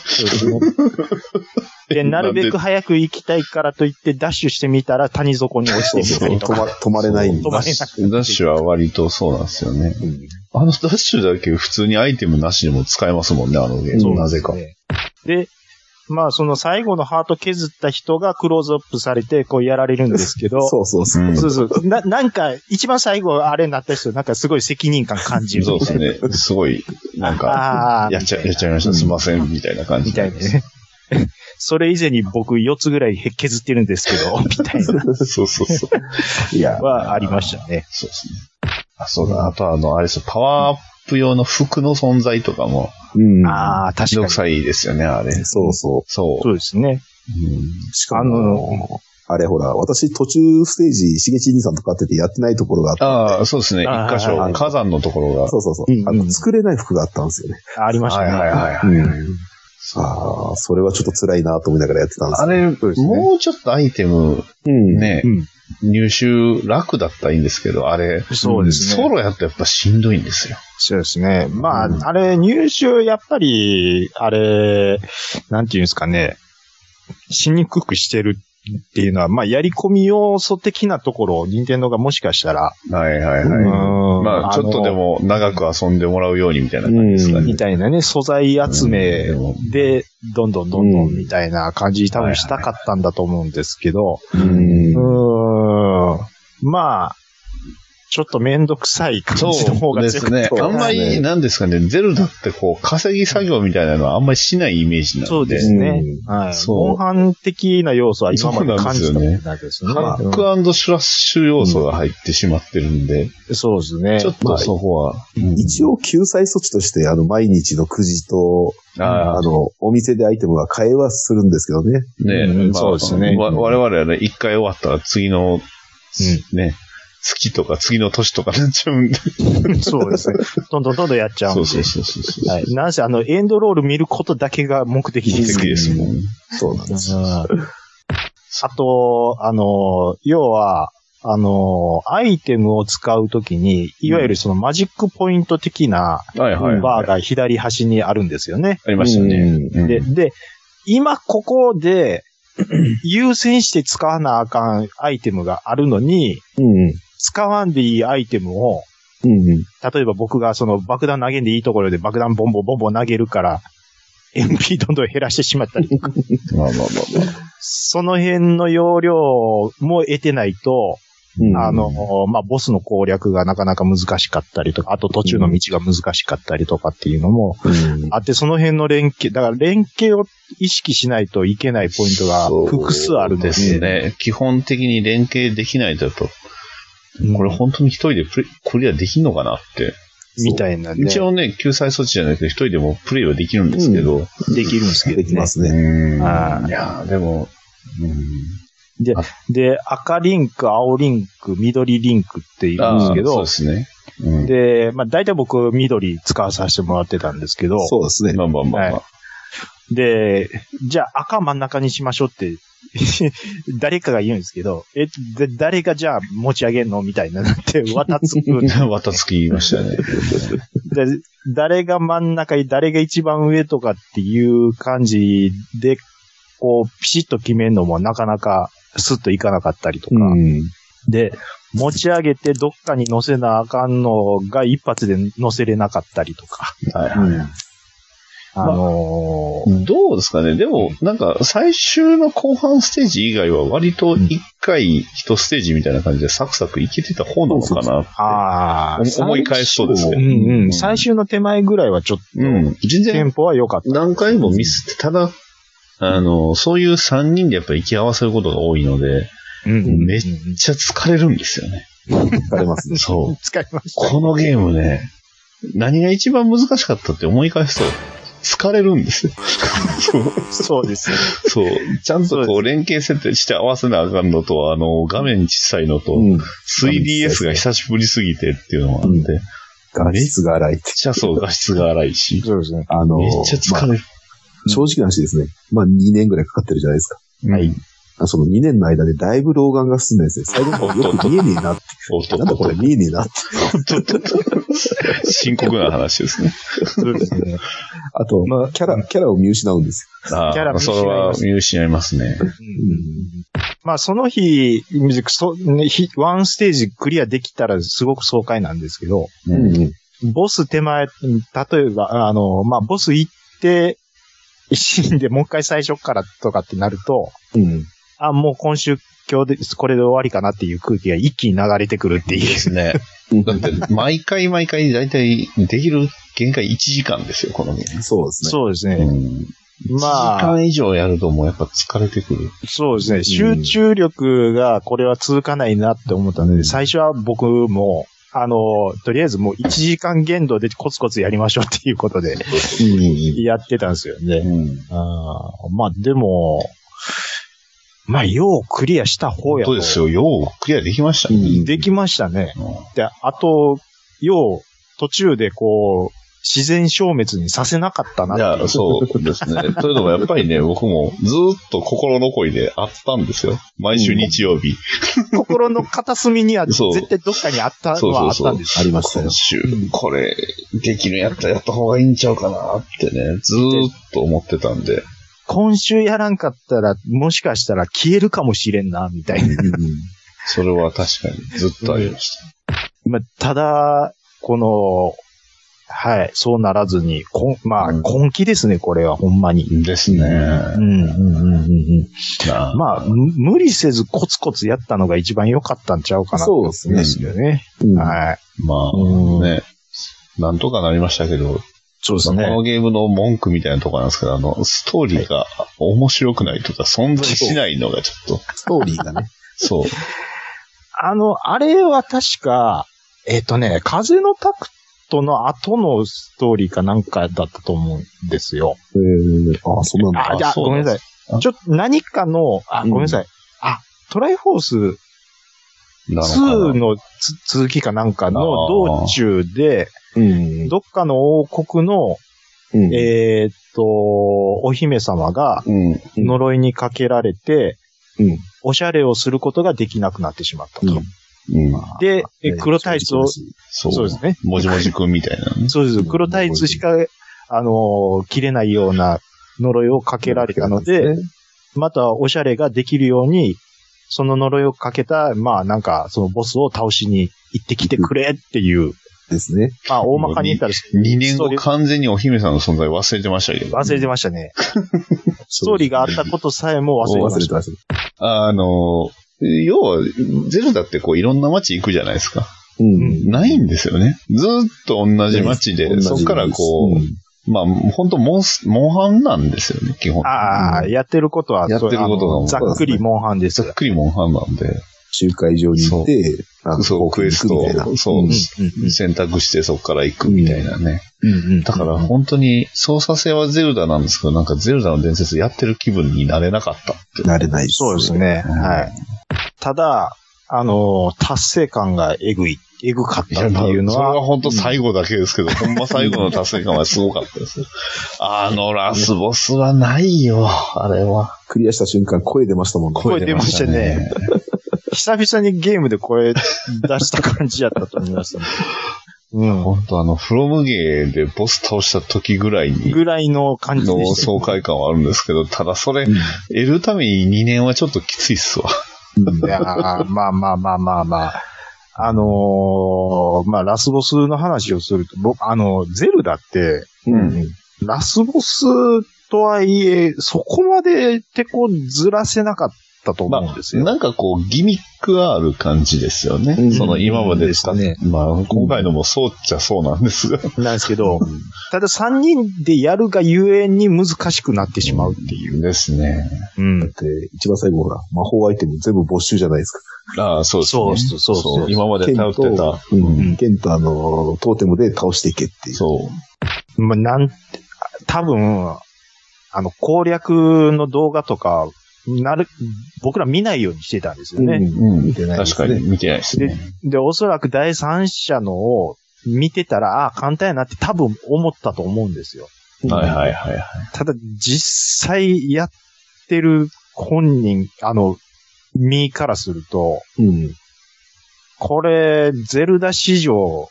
Speaker 2: で、なるべく早く行きたいからといって、ダッシュしてみたら谷底に落ちてみたりと
Speaker 4: 止
Speaker 2: か。
Speaker 4: ま止まれないん
Speaker 2: 止まれなく
Speaker 3: ダッシュは割とそうなんですよね。
Speaker 4: うん
Speaker 3: あのダッシュだけ普通にアイテムなしでも使えますもんね、あのゲーム。
Speaker 4: そう
Speaker 3: なぜか。
Speaker 2: で、まあ、その最後のハート削った人がクローズアップされて、こうやられるんですけど、
Speaker 4: そうそうそう。
Speaker 3: うん
Speaker 2: そうそう。な、なんか、一番最後、あれになった人、なんかすごい責任感感じる。
Speaker 3: そうですね。すごい、なん
Speaker 2: あ
Speaker 3: か
Speaker 2: あ、
Speaker 3: やっちゃ、やっちゃいました。すいません、みたいな感じ。
Speaker 2: みたいなね。それ以前に僕4つぐらいへ削ってるんですけ ど、みたいな
Speaker 3: そうそうそう。
Speaker 4: いや
Speaker 2: の、はありましたね。
Speaker 3: そうですね。あ、そうだ。あとあの、あれですよパワーアップ用の服の存在とかも、
Speaker 4: うん。
Speaker 2: ああ、確
Speaker 3: め
Speaker 2: かに。
Speaker 3: んどく
Speaker 2: そ
Speaker 3: さいですよね、あれ。
Speaker 4: そうそ
Speaker 3: そ
Speaker 2: そうですね。
Speaker 3: う。うん
Speaker 4: う。しかも、あれほら、私途中ステージ、しげち兄さんとかっててやってないところがあって、
Speaker 3: ああ、そうですね。
Speaker 2: あ
Speaker 3: 一
Speaker 2: ー
Speaker 3: 箇所
Speaker 4: は、い
Speaker 3: 火山のところが。
Speaker 4: そうそうそう、
Speaker 2: うん
Speaker 4: あの、作れない服があったんですよね。
Speaker 2: ありました
Speaker 3: はい
Speaker 2: ね。
Speaker 3: はいはいはい。
Speaker 4: うん。ああ、それはちょっと辛いなと思いながらやってたんです
Speaker 3: あれ、
Speaker 2: そうですね
Speaker 3: もうちょっとアイテム
Speaker 4: けど。うん。
Speaker 3: ね
Speaker 2: う、ん。
Speaker 3: 入手楽だったらいいんですけど、あれ、
Speaker 2: そうですね
Speaker 3: ソロやったらやっぱしんどいんですよ。
Speaker 2: そうですね。まあ、
Speaker 3: うん
Speaker 2: あれ、入手、やっぱり、あれ、なんていうんですかね、しにくくしてるっていうのは、まあ、やり込み要素的なところを、任天堂がもしかしたら、
Speaker 3: はいはいうは
Speaker 2: ん
Speaker 3: い。まあ、ちょっとで、も長く遊んでもらうようにみたいな感じですか
Speaker 2: の
Speaker 3: ね
Speaker 2: み。たいなね、素材集め
Speaker 3: うん
Speaker 2: で、どんどんどんど
Speaker 4: うん
Speaker 2: んみたいな感じに多分したかったんだと思うんですけど、
Speaker 4: う。
Speaker 2: うんん、まあ、ちょっとめんどくさい感
Speaker 3: そ
Speaker 2: じの方
Speaker 3: う
Speaker 2: が
Speaker 3: で
Speaker 2: 強く
Speaker 3: すね。あんま
Speaker 4: そうです
Speaker 3: り、
Speaker 4: ね
Speaker 3: なんですかね、ゼルダってこう、稼ぎ作業みたいなのはあんまりしないイメージなんで。
Speaker 2: そうですね。
Speaker 4: う
Speaker 2: はい。
Speaker 3: そう
Speaker 2: 防犯的な要素は今まで感じたことないですね。
Speaker 3: ハ
Speaker 2: う
Speaker 3: ックシュラッシュ要素が入ってしまってるんで、
Speaker 2: んそうですね。
Speaker 3: ちょっとそこは。うん
Speaker 4: 一応救済措置として、あの、毎日のくじと、
Speaker 3: あ
Speaker 4: あ
Speaker 3: あ
Speaker 4: の、お店でアイテムは買えはするんですけどね。
Speaker 3: ね、
Speaker 2: うん
Speaker 3: まあ
Speaker 2: そうですね
Speaker 3: わ我々はね、一回終わったら次の、ね、月とか次の年とかなっちゃうんで。
Speaker 2: そうです ね。どんどんどんどんやっちゃうん
Speaker 3: そう
Speaker 2: で。
Speaker 3: そうそうそうそう。
Speaker 2: はい。なんせ、あの、エンドロール見ることだけが目的
Speaker 3: 目
Speaker 2: です。
Speaker 3: 的ですもん。
Speaker 4: そうなんです。
Speaker 2: うんあと、あの、要は、あの、アイテムを使うときに、いわゆるそのマジックポイント的な
Speaker 3: はいはい、はい。
Speaker 2: バーが左端にあるんですよね。
Speaker 3: ありましたね。うん
Speaker 2: で、で、今ここで優先して使わなあかんアイテムがあるのに、
Speaker 4: うん。
Speaker 2: 使わんでいいアイテムを、
Speaker 4: うんうん。
Speaker 2: 例えば僕がその爆弾投げんでいいところで爆弾ボンボンボンボン投げるから、MP どんどん減らしてしまったり、
Speaker 3: まあまあまあまあ。
Speaker 2: その辺の容量も得てないと、
Speaker 4: うん
Speaker 2: あの、まあ、ボスの攻略がなかなか難しかったりとか、あと途中の道が難しかったりとかっていうのも
Speaker 4: うん
Speaker 2: あって、その辺の連携、だから連携を意識しないといけないポイントが複数あるん
Speaker 3: で
Speaker 2: ですすね。
Speaker 3: ね。基本的に連携できないとやっぱ、
Speaker 2: うん
Speaker 3: これ本当に一人でプレイクリアできんのかなって。
Speaker 2: みたいなね。
Speaker 3: 一応ね、救済措置じゃなくて一人でもプレイはできるんですけど。
Speaker 2: できるんですけど、ね。
Speaker 4: できます
Speaker 3: う
Speaker 4: ね。
Speaker 3: ん。
Speaker 2: あー
Speaker 3: いやーでも、うん
Speaker 2: で、赤リンク、青リンク、緑リンクって言うんですけど
Speaker 3: あー、そうですね。うん
Speaker 2: で、まあ大体僕緑使わさせてもらってたんですけど、
Speaker 4: そうですね。
Speaker 3: まあまあまあまあ。
Speaker 2: で、じゃあ赤真ん中にしましょうって、 誰かが言うんですけど、え、で誰がじゃあ持ち上げんのみたいななって、わたつくんで
Speaker 3: わたつき言 いましたね。
Speaker 2: で、誰が真ん中に、誰が一番上とかっていう感じで、こう、ピシッと決めるのもなかなかスッといかなかったりとか、
Speaker 4: うん。
Speaker 2: で、持ち上げてどっかに乗せなあかんのが一発で乗せれなかったりとか、
Speaker 3: はい
Speaker 2: あのー
Speaker 3: どうですかねでも、なんか、最終の後半ステージ以外は割と一回一ステージみたいな感じでサクサクいけてた方なのかな
Speaker 2: ああ、
Speaker 3: お思い返しそうです
Speaker 2: う
Speaker 3: ね。
Speaker 2: んうん、最終の手前ぐらいはちょっと、
Speaker 3: うん。全
Speaker 2: テン
Speaker 3: 然
Speaker 2: ポは良かった。
Speaker 3: 何回もミスって、ただ、あの、そういう3人でやっぱ行き合わせることが多いので、めっ
Speaker 2: うん
Speaker 3: めっ
Speaker 2: ち
Speaker 3: ちゃ疲れるんですよね。
Speaker 4: 疲れますね。
Speaker 3: そう。
Speaker 2: 使いました。
Speaker 3: このゲームね、何が一番難しかったって思い返すと、疲れるん ですよ。そう
Speaker 2: そうですね。
Speaker 3: そう。ちゃんとこう連携設定して合わせなあかんのと、あの、画面小さいのと、
Speaker 4: うん。
Speaker 3: 3DS が久しぶりすぎてっていうのもあって、
Speaker 4: うん
Speaker 3: めっ
Speaker 4: 画質が荒いって。
Speaker 3: ちゃそう画質が荒いし、
Speaker 2: そうですね。
Speaker 4: あの、
Speaker 3: めっちゃ疲
Speaker 4: まあ
Speaker 3: れる。
Speaker 4: 正直な話ですね。まあ、2年ぐらいかかってるじゃないですか。
Speaker 3: はい。
Speaker 4: あその2年の間でだいぶ老眼が進んでですね、最後の方よく見えねえなって。
Speaker 3: おっと
Speaker 4: な
Speaker 3: っ
Speaker 4: ん
Speaker 3: と
Speaker 4: だ
Speaker 3: っと
Speaker 4: これ見えねえなって。
Speaker 3: っとっとっと深刻な話ですね。
Speaker 2: そうですね。
Speaker 4: あと、
Speaker 2: まあ
Speaker 4: キャラ、キャラを見失うんです
Speaker 3: あ
Speaker 2: キャラ
Speaker 3: あ、
Speaker 2: 見失
Speaker 3: そ
Speaker 2: い
Speaker 3: れは
Speaker 2: ます
Speaker 3: 見失いますね。
Speaker 2: まあ、その日、そねひワンステージクリアできたらすごく爽快なんですけど、
Speaker 4: よ。
Speaker 3: うん
Speaker 4: ん。
Speaker 2: ボス手前、例えば、あの、まあ、ボス行って、一心でもう一回最初からとかってなると、
Speaker 4: うん。
Speaker 2: あ、もう今週今日で、これで終わりかなっていう空気が一気に流れてくるっていう
Speaker 3: で。すね。だって、毎回毎回、だいたいできる限界1時間ですよ、このゲーム。
Speaker 4: そうですね。
Speaker 2: そうです
Speaker 3: う
Speaker 2: ね。
Speaker 3: ん1時
Speaker 2: まあ、
Speaker 3: 間以上やるともうやっぱ疲れてくる。
Speaker 2: そうですね。集中力がこれは続かないなって思ったの
Speaker 3: う
Speaker 2: で、
Speaker 3: ん
Speaker 2: 最初は僕も、あの、とりあえずもう1時間限度でコツコツやりましょうっていうことで
Speaker 4: うん。
Speaker 2: やってたんですよね。
Speaker 3: うん
Speaker 2: あーまあでも、まあ、ようクリアした方や
Speaker 3: そ
Speaker 2: と。
Speaker 3: うですよ。ようクリアできましたね。
Speaker 4: うん
Speaker 2: できましたね。
Speaker 3: うん
Speaker 2: で、あと、よう途中でこう、自然消滅にさせなかったなっ
Speaker 3: い
Speaker 2: ていう。
Speaker 3: や、そうですね。というのもやっぱりね、僕もずっと心残りであったんですよ。毎週日曜日。
Speaker 2: 心の片隅には
Speaker 3: そう
Speaker 2: 絶対どっかにあったのはあったんです。
Speaker 4: ありましたよ
Speaker 3: 今。週、これ、できるやったらやった方がいいんちゃうかなってね、ずーっと思ってたんで。
Speaker 2: 今週やらんかったら、もしかしたら消えるかもしれんな、みた いな。
Speaker 3: それは確かにずっとありました。
Speaker 2: まあ、ただ、この、はい、そうならずに、こんまあ、
Speaker 3: うん
Speaker 2: 根気ですね、これは、ほんまに。
Speaker 3: ですね。
Speaker 2: うん、うん、うん、うんうん。
Speaker 3: なあ
Speaker 2: まあ、む無理せずコツコツやったのが一番良かったんちゃうかな
Speaker 4: そうですね
Speaker 2: ですよね。
Speaker 4: うん
Speaker 2: はい。
Speaker 3: ま
Speaker 2: う
Speaker 3: あ、
Speaker 2: ん
Speaker 3: ね。なんとかなりましたけど、
Speaker 2: そうです
Speaker 3: この
Speaker 2: ね。
Speaker 3: ゲームの文句みたいなとこなんですけど、あの、ストーリーが面白くないとか存在しないのがちょっと、
Speaker 4: ストーリーがね。
Speaker 3: そう。
Speaker 2: あの、あれは確か、えっ、とね、風のタクトの後のストーリーかなんかだったと思うんですよ。
Speaker 4: えー、あ、そうなんだ。
Speaker 2: あ、じゃあ、
Speaker 3: そう
Speaker 2: ごめんなさ
Speaker 3: あ
Speaker 2: い。ちょっと何かの、あ、
Speaker 4: うん
Speaker 2: ごめんなさい。あ、トライフォース
Speaker 3: な
Speaker 2: 2
Speaker 3: のかな
Speaker 2: のつ続きかなんかの道中で、
Speaker 4: うん。
Speaker 2: どっかの王国の、
Speaker 4: うん
Speaker 2: えーっと、お姫様が、
Speaker 3: うん。
Speaker 4: うん
Speaker 2: 呪いにかけられて、
Speaker 4: うん
Speaker 2: おしゃれをすることができなくなってしまったと。
Speaker 4: うん
Speaker 3: うん。
Speaker 2: で、え
Speaker 4: えー
Speaker 2: 黒タイツを、
Speaker 4: 正直
Speaker 3: そう。
Speaker 2: そうですね。
Speaker 3: もじもじくんみたいなね。
Speaker 2: そうです。黒タイツしか、あのー、着れないような呪いをかけられたので、またおしゃれができるように、その呪いをかけた、まあなんか、そのボスを倒しに行ってきてくれっていう、
Speaker 4: ですね。
Speaker 2: まあ大まかに言ったら、
Speaker 3: 2年
Speaker 2: ストー
Speaker 3: 後
Speaker 2: リー
Speaker 3: 完全にお姫さんの存在忘れてましたけど。
Speaker 2: 忘れてました ね。ストーリーがあったことさえも忘れてま
Speaker 4: 忘れ
Speaker 2: してた。
Speaker 4: ました。
Speaker 3: あの、要は、ゼルダってこういろんな街行くじゃないですか。
Speaker 4: うん。
Speaker 3: ないんですよね。ずーっと同じ街で、そっからこう、
Speaker 4: う
Speaker 3: まあ、本当モンス、モンハンなんですよね、基本。
Speaker 2: ああ、やってることは、
Speaker 3: やってることが
Speaker 2: あのざっくりモンハンです
Speaker 3: ざっ。くりモンハンなんで、
Speaker 4: 集会場に行って、あの
Speaker 3: そう、クエスト
Speaker 4: 行くみたいな
Speaker 3: を、そう、
Speaker 4: ん
Speaker 3: 選択してそこから行くみたいなね。だから本当に操作性はゼルダなんですけど、なんかゼルダの伝説やってる気分になれなかったって。
Speaker 4: 慣れないです。
Speaker 2: そうです。ね。
Speaker 3: うん
Speaker 2: はい。ただ、あのー、達成感がえぐい、えぐかっ
Speaker 3: い
Speaker 2: た
Speaker 3: や、
Speaker 2: って
Speaker 3: まあそ
Speaker 2: いう
Speaker 3: れ
Speaker 2: の
Speaker 3: は
Speaker 2: は、
Speaker 3: 本当最後だけです けど、ほんま最後の達成感はすごかったですよ。あのラスボスはないよ、あれは。
Speaker 4: クリアした瞬間声出ましたもんね。
Speaker 2: 声出ましたね。 久々にゲームで声出した感じやったと思いますね。う
Speaker 3: 本当あの、フロムゲーでボス倒した時ぐらい
Speaker 2: ん。
Speaker 3: に、
Speaker 2: ぐらいの感じで
Speaker 3: の
Speaker 2: した。
Speaker 3: 爽快感はあるんですけど、ただそれ、
Speaker 4: うん
Speaker 3: 得るために2年はちょっときついっすわ。
Speaker 2: いやーまあまあまあまあまあ。あのーまあ、ラスボスの話をすると、僕、あの、ゼルダって、
Speaker 4: うん。
Speaker 2: ラスボスとはいえ、そこまで手こずらせなかったと思うんですよ。
Speaker 3: なんかこう、ギミックがある感じですよね。
Speaker 4: うん
Speaker 3: その今まで使っ
Speaker 2: です
Speaker 3: まあ、今回のもそうっちゃそうなんですが。
Speaker 2: なんですけど、ただ3人でやるがゆえに難しくなってしまうっていう。
Speaker 3: ですね。
Speaker 2: うん。
Speaker 4: で、一番最後ほら、魔法アイテム全部没収じゃないですか。
Speaker 3: ああ、そうですね。
Speaker 2: そうそうそうそう
Speaker 3: 今まで頼ってた。
Speaker 4: う
Speaker 2: うん
Speaker 4: ん。剣とあの、トーテムで倒していけっていう。
Speaker 3: そう。
Speaker 2: まあ、なん、多分、あの、攻略の動画とか、なる、僕ら見ないようにしてたんですよね。
Speaker 4: うん。見てないです
Speaker 3: 確
Speaker 4: ね
Speaker 3: かに、。見てないですね。
Speaker 2: で、おそらく第三者のを見てたら、ああ、簡単やなって多分思ったと思うんですよ。
Speaker 4: うん
Speaker 3: はいはいはいはい。
Speaker 2: ただ、実際やってる本人、あの、身からすると、
Speaker 4: うん。
Speaker 2: これ、ゼルダ史上、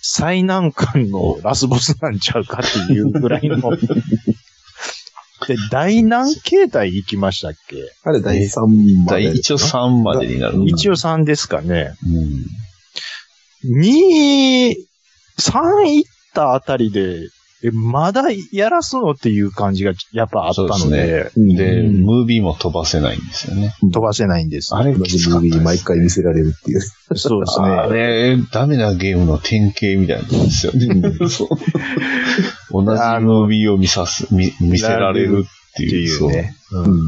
Speaker 2: 最難関のラスボスなんちゃうかっていうぐらいの。で、第何形態行きましたっけ
Speaker 4: あれ第3ま
Speaker 3: だ
Speaker 4: で。
Speaker 3: 一応3までになるのかな。
Speaker 2: 一応3ですかね。
Speaker 3: うん。
Speaker 2: 2、3行ったあたりで、ええ、まだやらすのっていう感じがやっぱあった
Speaker 3: そ
Speaker 2: の
Speaker 3: う
Speaker 2: で
Speaker 3: で、
Speaker 4: うん
Speaker 3: で、
Speaker 2: うん
Speaker 3: ムービーも飛ばせないんですよね。
Speaker 2: 飛ばせないんです。
Speaker 3: あれ、
Speaker 4: 同
Speaker 3: きつ
Speaker 4: じ
Speaker 3: か
Speaker 4: ム
Speaker 3: った
Speaker 4: ービ
Speaker 3: です
Speaker 4: ー毎回見せられるっていう。
Speaker 2: そうですね。
Speaker 3: あれ、ダメなゲームの典型みたいなんですよ ね。そう同じムービーを見さす、見見せられるって
Speaker 2: って
Speaker 3: いう。
Speaker 2: いうね。
Speaker 4: う
Speaker 2: うん
Speaker 4: ん。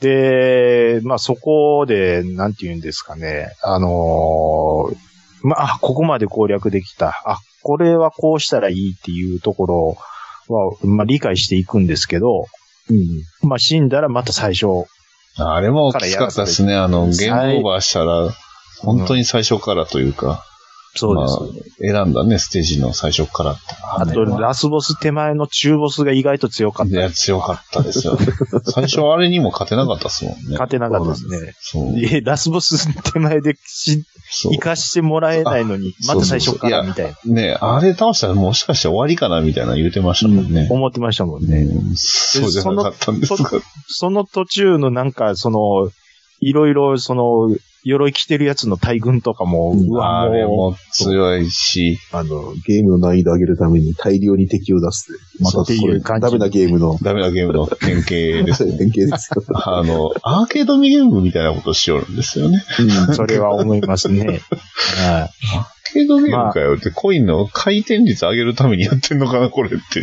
Speaker 2: で、まあそこで、なんて言うんですかね。あのーまあ、あここまで攻略できた。あ、これはこうしたらいいっていうところは、まあ理解していくんですけど、まあ死んだらまた最初。
Speaker 3: そうあれもきつかったですね。あの、ゲームオーバーしたら、本当に最初からというか、
Speaker 2: そうです。
Speaker 3: まあ、選んだね、ステージの最初からって。
Speaker 2: あと、
Speaker 3: ラ
Speaker 2: ラスボス手前の中ボスが意外と強かっ
Speaker 3: い
Speaker 2: た。
Speaker 3: や、強かったで すよね。最初あれにも勝てなかったですもんね。
Speaker 2: 勝てなかったですね。
Speaker 3: そう。
Speaker 2: え、ラスボス手前でし
Speaker 3: そう
Speaker 2: 生かしてもらえないのに、ま
Speaker 3: そう
Speaker 2: た最初からみたいな。
Speaker 3: ねあれ倒したらもしかして終わりかなみたいな言うてましたもんね。
Speaker 2: 思ってましたもんね。
Speaker 3: ねそうじゃなかったんですか。
Speaker 2: その途中のなんか、その、いろいろ、その、鎧着てるやつの大群とかも、うわ、
Speaker 3: あれ
Speaker 2: も
Speaker 3: も強いし、
Speaker 4: あの、ゲームの難易度上げるために大量に敵を出す。また
Speaker 2: そう
Speaker 4: こ
Speaker 2: ってい
Speaker 4: れ
Speaker 2: う感じ
Speaker 4: ダメなゲームの
Speaker 3: ダメなゲームの典型です ね。
Speaker 4: 典型ですよ。
Speaker 3: あの、アーケードミゲームみたいなことしよるんですよね。
Speaker 2: う、それは思います ね。はい
Speaker 3: アーケードゲームかよって、コインの回転率上げるためにやってんのかな、これって。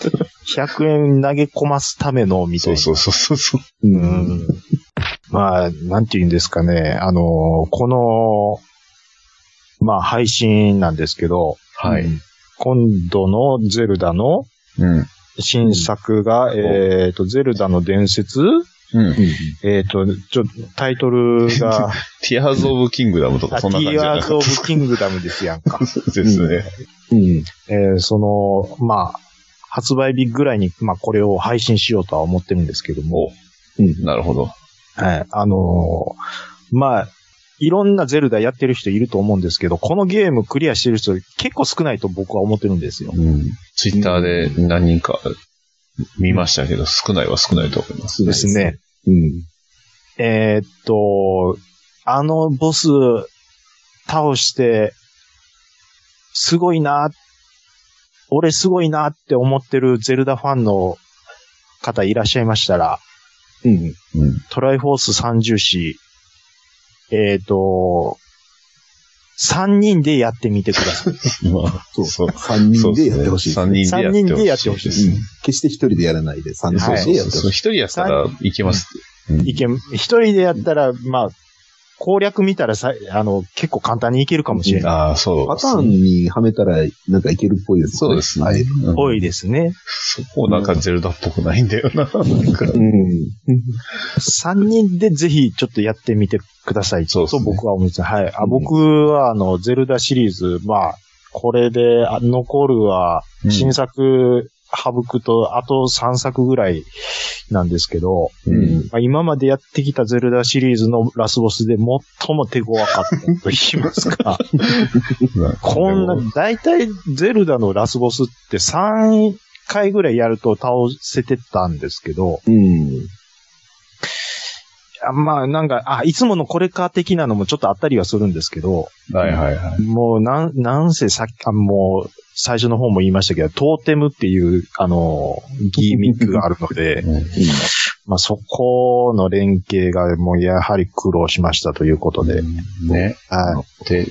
Speaker 2: 100円投げ込ますための、みた
Speaker 3: そ
Speaker 2: いうな。
Speaker 3: そうそうそうそう。
Speaker 2: う。
Speaker 4: う
Speaker 2: んまあ、なんて言うんですかね。あの、この、まあ、配信なんですけど、
Speaker 3: はい。
Speaker 2: 今度のゼルダの
Speaker 3: うん。
Speaker 2: 新作が、えっ、と、ゼルダの伝説
Speaker 3: うん。
Speaker 2: えっ、と、ちょ、タイトル が、
Speaker 3: ティアーズ・オブ・キングダムとか、そんな感じじゃなか
Speaker 2: オ
Speaker 3: っ
Speaker 2: ブ・
Speaker 3: た
Speaker 2: キングダムですやんか。
Speaker 3: ですね。
Speaker 4: うん。
Speaker 2: えーその、まあ、発売日ぐらいに、まあ、これを配信しようとは思ってるんですけども、
Speaker 3: なるほど。
Speaker 2: はい、あのーまあ、いろんなゼルダやってる人いると思うんですけど、このゲームクリアしてる人結構少ないと僕は思ってるんですよ。
Speaker 3: うん。ツイッターで何人か見ましたけど、少ないは少ないと思います。
Speaker 4: そう
Speaker 2: ですね。
Speaker 4: うん。
Speaker 2: えーっと、あのボス倒して、すごいな、俺すごいなって思ってるゼルダファンの方いらっしゃいましたら、
Speaker 4: うん。
Speaker 3: うん。
Speaker 2: トライフォース三重士、えーっと、三人でやってみてください。
Speaker 3: まあ、
Speaker 4: そう
Speaker 3: そう。
Speaker 4: 三人でやってほしいです
Speaker 3: 3
Speaker 4: ね。
Speaker 3: 人でやってほしいです
Speaker 4: う。ん決して一人でやらないで、三人
Speaker 2: はい
Speaker 4: でや
Speaker 3: そ
Speaker 4: っ
Speaker 3: うそ
Speaker 4: て
Speaker 3: う。
Speaker 4: ほし
Speaker 3: 一
Speaker 4: い。
Speaker 3: 人やったらいけます。うん
Speaker 2: いけん、一人でやったら、まあ、攻略見たらさ、あの、結構簡単にいけるかもしれない。
Speaker 3: ああ、そう。
Speaker 4: パターンにはめたら、なんかいけるっぽいですね。
Speaker 3: そうです
Speaker 4: はい
Speaker 3: ね。。うん
Speaker 2: 多いですね。
Speaker 3: そこなんかゼルダっぽくないんだよな。なんか
Speaker 4: うん。
Speaker 2: 三人でぜひちょっとやってみてください。
Speaker 3: そうですね
Speaker 2: と僕は思います。はい。あ、
Speaker 3: うん
Speaker 2: 僕はあの、ゼルダシリーズ、まあ、これで、あ残るは、
Speaker 3: うん
Speaker 2: 新作、省くと、あと3作ぐらいなんですけど、
Speaker 3: うん
Speaker 2: まあ今までやってきたゼルダシリーズのラスボスで最も手強かったと言います か、こんな、だいたいゼルダのラスボスって3回ぐらいやると倒せてたんですけど、
Speaker 4: うん。
Speaker 2: あまあ、なんか、あ、いつものこれか的なのもちょっとあったりはするんですけど、
Speaker 3: はいはいはい。
Speaker 2: もう、なん、なんせさっき、あもう、最初の方も言いましたけど、トーテムっていう、あの、ギミックがあるので、
Speaker 3: うん
Speaker 2: まあ、そこの連携が、もう、やはり苦労しましたということで、
Speaker 3: ね。
Speaker 2: は
Speaker 3: で、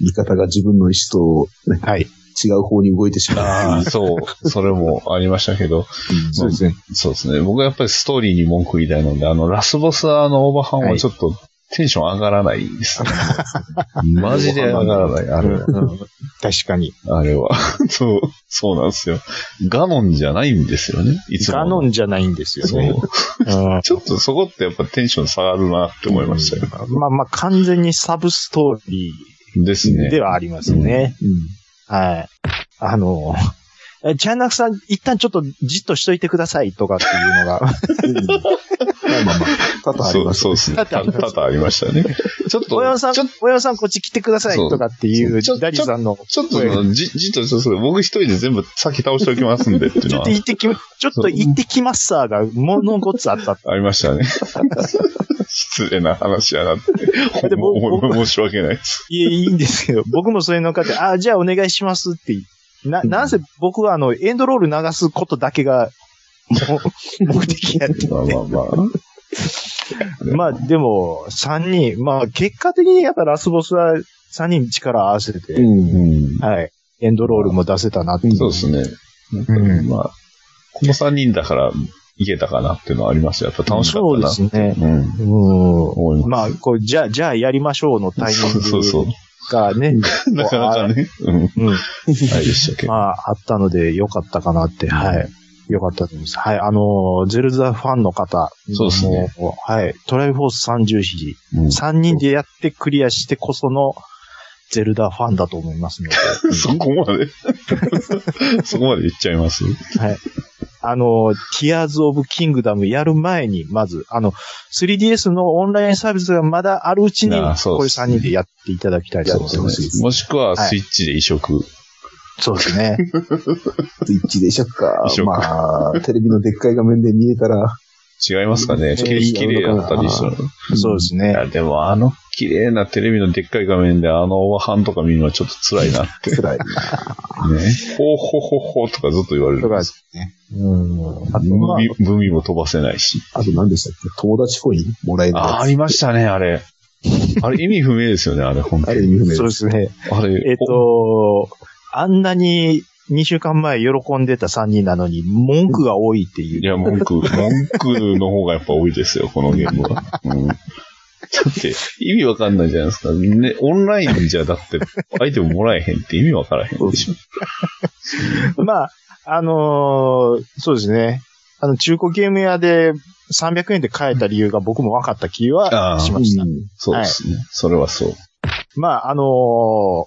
Speaker 4: 味方が自分の意思とね
Speaker 2: い。はい。
Speaker 4: 違う方に動いてしま
Speaker 3: あ
Speaker 4: う。
Speaker 3: あ、そう。それもありましたけど、
Speaker 4: うん
Speaker 3: そうです
Speaker 2: ね。
Speaker 3: そうですね。僕はやっぱりストーリーに文句言いたいので、あの、ラスボスあのオーバーハンはちょっとテンション上がらないで すね。マジで上がらない、あれは。
Speaker 2: 確かに。
Speaker 3: あれは。 そう、そうなんですよ。ガノンじゃないんですよね。いつも。
Speaker 2: ガノンじゃないんですよね。
Speaker 3: そう。
Speaker 2: うん
Speaker 3: ちょっとそこってやっぱテンション下がるなって思いましたよ。
Speaker 2: まあまあ、完全にサブストーリ
Speaker 3: です
Speaker 2: ー
Speaker 3: ね。
Speaker 2: ではありますね。はい。あの、えチャンナクさん、一旦ちょっとじっとしといてくださいとかっていうのが、
Speaker 4: うんうんまあまあまあ、多々
Speaker 3: そ
Speaker 4: あり
Speaker 3: う
Speaker 4: ます
Speaker 3: そうですね。
Speaker 2: 多
Speaker 3: 多
Speaker 2: 々あります
Speaker 3: 々ありましたね。ちょっと、
Speaker 2: 小山さん
Speaker 3: ちょ、
Speaker 2: 小山さんこっち来てくださいとかっていう、
Speaker 3: そうそうちょ
Speaker 2: ダリさんの、
Speaker 3: ちょっとその、じ、じっとして、僕一人で全部先倒しておきますんでっていう
Speaker 2: ち
Speaker 3: の
Speaker 2: ょっ
Speaker 3: は
Speaker 2: と行ってき、ちょっと行ってきますさーが、ものごつあった。
Speaker 3: ありましたね。 失礼な話やなって。
Speaker 2: でも
Speaker 3: もう、もう申し訳ないです。
Speaker 2: いえ、いいんですけど、僕もそういうのかって、あ、じゃあお願いしますってな、なんせ僕はあの、エンドロール流すことだけが、 もう目的やって。
Speaker 3: まあまあま あ。
Speaker 2: まあでも、3人、まあ結果的にやっぱラスボスは3人力合わせて、
Speaker 3: うん。
Speaker 2: はい、エンドロールも出せたなっていう。
Speaker 3: そうですね。
Speaker 2: うん
Speaker 3: まあ、この3人だから、いけたかなっていうのはありました。やっぱ楽しかったな。
Speaker 2: そうですね。
Speaker 3: うん。
Speaker 2: う
Speaker 3: 思い
Speaker 2: ん。
Speaker 3: ま
Speaker 2: まあ、こう、じゃあ、じゃあやりましょうのタイ
Speaker 3: す。
Speaker 2: ミン
Speaker 3: そうそうそう
Speaker 2: グ。がね、
Speaker 3: なかなかね。うん。
Speaker 2: うん。
Speaker 3: あれでしたけど。
Speaker 2: まあ、あったので、良かったかなって、はい。良かったと思います。はい。あのーゼルダファンの方。
Speaker 3: そうですね
Speaker 2: もう。はい。トライフォース30日、
Speaker 3: うん
Speaker 2: 3人でやってクリアしてこその、ゼルダファンだと思いますので。
Speaker 3: そこま でそこまで言っちゃいます
Speaker 2: あの、ティアーズ・オブ・キングダムやる前に、まず、あの、3DS のオンラインサービスがまだあるうちに、
Speaker 3: ああそう
Speaker 2: これ
Speaker 3: です
Speaker 2: 3人でやっていただきたいと思い
Speaker 3: そう
Speaker 2: ま。
Speaker 3: ですすね。もしくは、スイッチで移植。
Speaker 2: そうですね。
Speaker 4: スイッチで移植か
Speaker 3: 移。植
Speaker 4: まあ、テレビのでっかい画面で見えたら、
Speaker 3: 違いますかね
Speaker 4: うん
Speaker 3: 景色綺麗だったりしたら。
Speaker 2: そうです
Speaker 3: い
Speaker 2: ね。
Speaker 3: や、でもあの綺麗なテレビのでっかい画面であのオバハンとか見るのはちょっと辛いなって。
Speaker 4: 辛い。
Speaker 3: ね。ほうほうほうほうとかずっと言われ
Speaker 2: と
Speaker 3: る。
Speaker 2: かですね。うん。あと、まあ
Speaker 3: 海海も飛ばせないし。
Speaker 4: あと何でしたっけ友達コインもらえないやつ。
Speaker 3: あ、ありましたね、あれ。あれ意味不明ですよね、あれ、本当
Speaker 4: あれ
Speaker 3: に。
Speaker 4: 意味不明
Speaker 2: そう
Speaker 4: で。
Speaker 2: ですすね。
Speaker 3: あれ、
Speaker 2: えっと、あんなに2週間前喜んでた3人なのに、文句が多いってい。
Speaker 3: いうや、文句、文句の方がやっぱ多いですよ、このゲームは。うん。だって、意味わかんないじゃないですか。ね、オンラインじゃ、だって、アイテムもらえへんって意味わからへんでし ょ。
Speaker 2: まあ、あのーそうですね。あの、中古ゲーム屋で300円で買えた理由が僕も分かった気はしました。
Speaker 4: うん
Speaker 3: そうですね。それはそう。
Speaker 2: まあ、あのー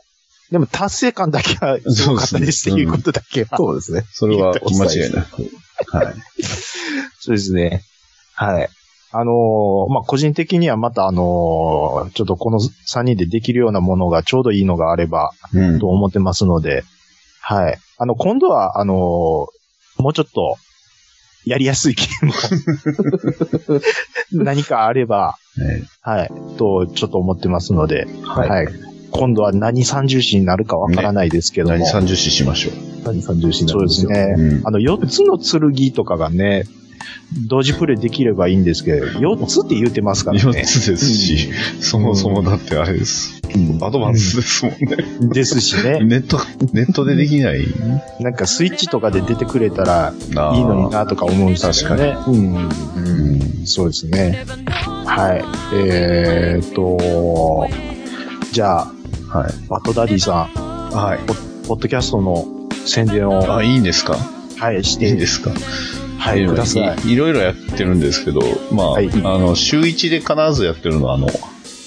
Speaker 2: でも達成感だけはすごかったですっていうことだけは。
Speaker 4: そうですね。
Speaker 3: それは間違いなく。はい。
Speaker 2: そうですね。はい。あのーまあ、個人的にはまたあのーちょっとこの3人でできるようなものがちょうどいいのがあれば、
Speaker 3: うん
Speaker 2: と。思ってますので、はい。あの、今度は、あのーもうちょっと、やりやすいゲームを何かあれば、
Speaker 3: ね
Speaker 2: はい、と、ちょっと思ってますので、
Speaker 3: は
Speaker 2: はいい。今度は何三重視になるかわからないですけども、
Speaker 3: 何三十視しましょう。
Speaker 4: 何三重視な
Speaker 2: そう
Speaker 4: んで
Speaker 2: ですす
Speaker 4: よ。
Speaker 2: ね。
Speaker 3: うん
Speaker 2: あの、4つの剣とかがね、同時プレイできればいいんですけど、4つって言うてますから
Speaker 3: 4
Speaker 2: ね。
Speaker 3: つですし、そもそもだってあれです。アドバンスですもんね。
Speaker 2: ですしね。
Speaker 3: ネット、ネットでできない
Speaker 2: なんかスイッチとかで出てくれたら
Speaker 3: ない
Speaker 2: いのになとか思うんですよね。うん
Speaker 3: うん
Speaker 2: そうですね。はい。えーっと、じゃあ、
Speaker 3: はい。
Speaker 2: バットダディさん、
Speaker 3: はい。
Speaker 2: ポッドキャストの宣伝を、
Speaker 3: あ、
Speaker 2: はい
Speaker 3: いんですか
Speaker 2: い、し
Speaker 3: いいん
Speaker 2: て、
Speaker 3: ですか
Speaker 2: はい、ください。
Speaker 3: い。いろいろやってるんですけど、まあ、
Speaker 2: はい
Speaker 3: あの、週一で必ずやってるのは、あの、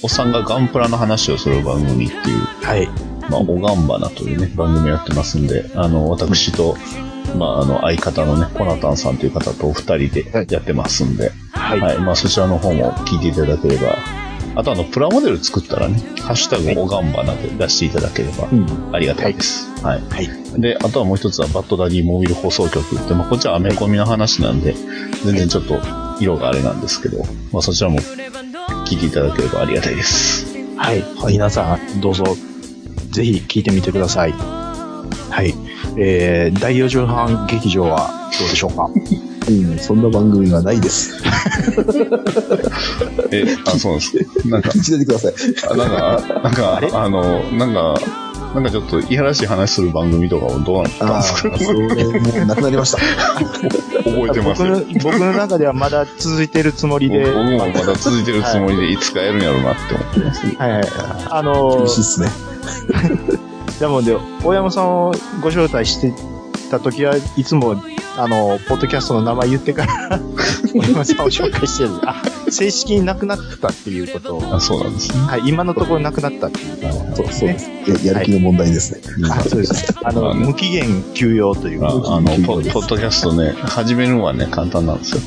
Speaker 3: おっさんがガンプラの話をする番組っていう、
Speaker 2: はい。
Speaker 3: まあ、おがんばなというね、番組やってますんで、あの、私と、まあ、あの、相方のね、コナタンさんという方とお二人でやってますんで、
Speaker 2: はい。
Speaker 3: はい、まあそちらの方も聞いていただければ。あとあの、プラモデル作ったらね、ハッシュタグおがんばなで出していただければ
Speaker 4: うん。
Speaker 3: ありがたいです。はい。
Speaker 2: はい。
Speaker 3: で、あとはもう一つはバッドダディモビル放送局って、まあこっちはアメコミの話なんで、全然ちょっと色があれなんですけど、まあそちらも聞いていただければありがたいです。
Speaker 2: はい。皆さん、どうぞ、ぜひ聞いてみてください。はい。えー、第4畳半劇場はどうでしょうか
Speaker 4: うん。そんな番組はないです。
Speaker 3: え、あ、そうなんです。 なんか、
Speaker 4: 一度でください。
Speaker 3: あなんか、なんか、あの、なんか、なんかちょっといやらしい話する番組とかもどうなったん
Speaker 4: ああ、
Speaker 3: です
Speaker 4: そ
Speaker 3: か
Speaker 4: れもうなくなりました。
Speaker 3: 覚えてま
Speaker 2: 僕
Speaker 3: す
Speaker 2: の僕の中ではまだ続いてるつもりで、
Speaker 3: 僕
Speaker 2: はい
Speaker 3: もまだ続いてるつもりでいつかやるんやろうなって思ってます、ね。
Speaker 2: はい。あの
Speaker 4: 厳
Speaker 2: ー
Speaker 4: しいっすね。
Speaker 2: なので、大山さんをご招待してた時はいつも、あの、ポッドキャストの名前言ってから、大山さんを紹介してる。あ、正式になくなったっていうことを。
Speaker 3: あ、そうなんですね。
Speaker 2: はい、今のところなくなったっていう。
Speaker 4: そうそうです。ややる気の問題ですね。
Speaker 2: あそうです。あの、
Speaker 3: まあね
Speaker 2: 無期限休養という。
Speaker 3: あ
Speaker 2: は
Speaker 3: あのポ、ポッドキャストね、始めるのはね、簡単なんですよ。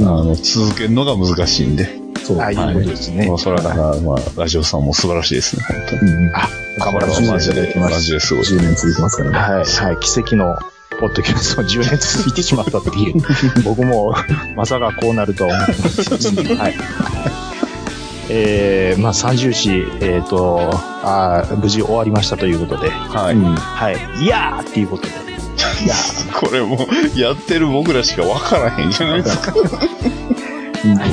Speaker 3: あの、続けるのが難しいんで。
Speaker 4: そう。
Speaker 2: い、いうことですね
Speaker 3: まあ、。それはだから、まあ、ラジオさんも素晴らしいですね、本当に。
Speaker 4: うんうん。
Speaker 2: 頑張ら
Speaker 4: れ
Speaker 2: ま
Speaker 4: ま
Speaker 2: し
Speaker 4: す
Speaker 2: ょう
Speaker 3: マジで、マジですごい。
Speaker 4: 10年続きますからね。
Speaker 2: はい、はい、奇跡の。ポッドキャスト10年続いてしまったっていう。 僕も、まさかこうなるとは思ってましたしはい。えー、まあ、三重詩、えっ、と、あー無事終わりましたということで、
Speaker 3: は
Speaker 4: うん。
Speaker 2: はい。いやーっていうことで。いや
Speaker 3: い。これもう、やってる僕らしかわからへんじゃないですか。
Speaker 4: も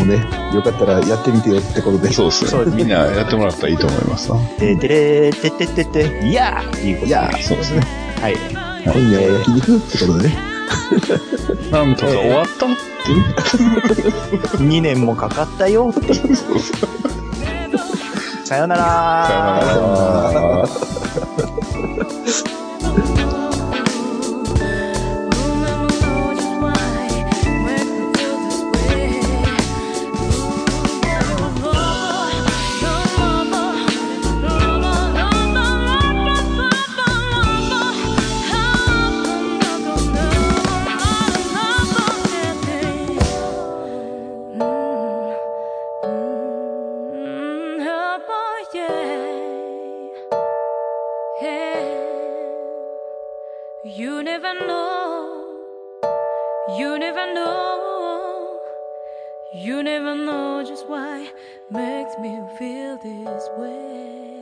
Speaker 4: うね、よかったらやってみてよってことで。
Speaker 3: そうです
Speaker 2: そう
Speaker 3: ね。みんなやってもらったらいいと思いますわ。
Speaker 2: ー、で、でれー、てってってって、いやーっていうこと
Speaker 4: い
Speaker 2: で。
Speaker 4: やー、
Speaker 3: そうですね。
Speaker 2: はい。
Speaker 4: 今夜は焼肉ってことでね。
Speaker 3: なんとか終わった
Speaker 2: 2年もかかった よって。さよなら
Speaker 3: さよなら
Speaker 4: あ
Speaker 5: You never know. You never know. You never know just why makes me feel this way.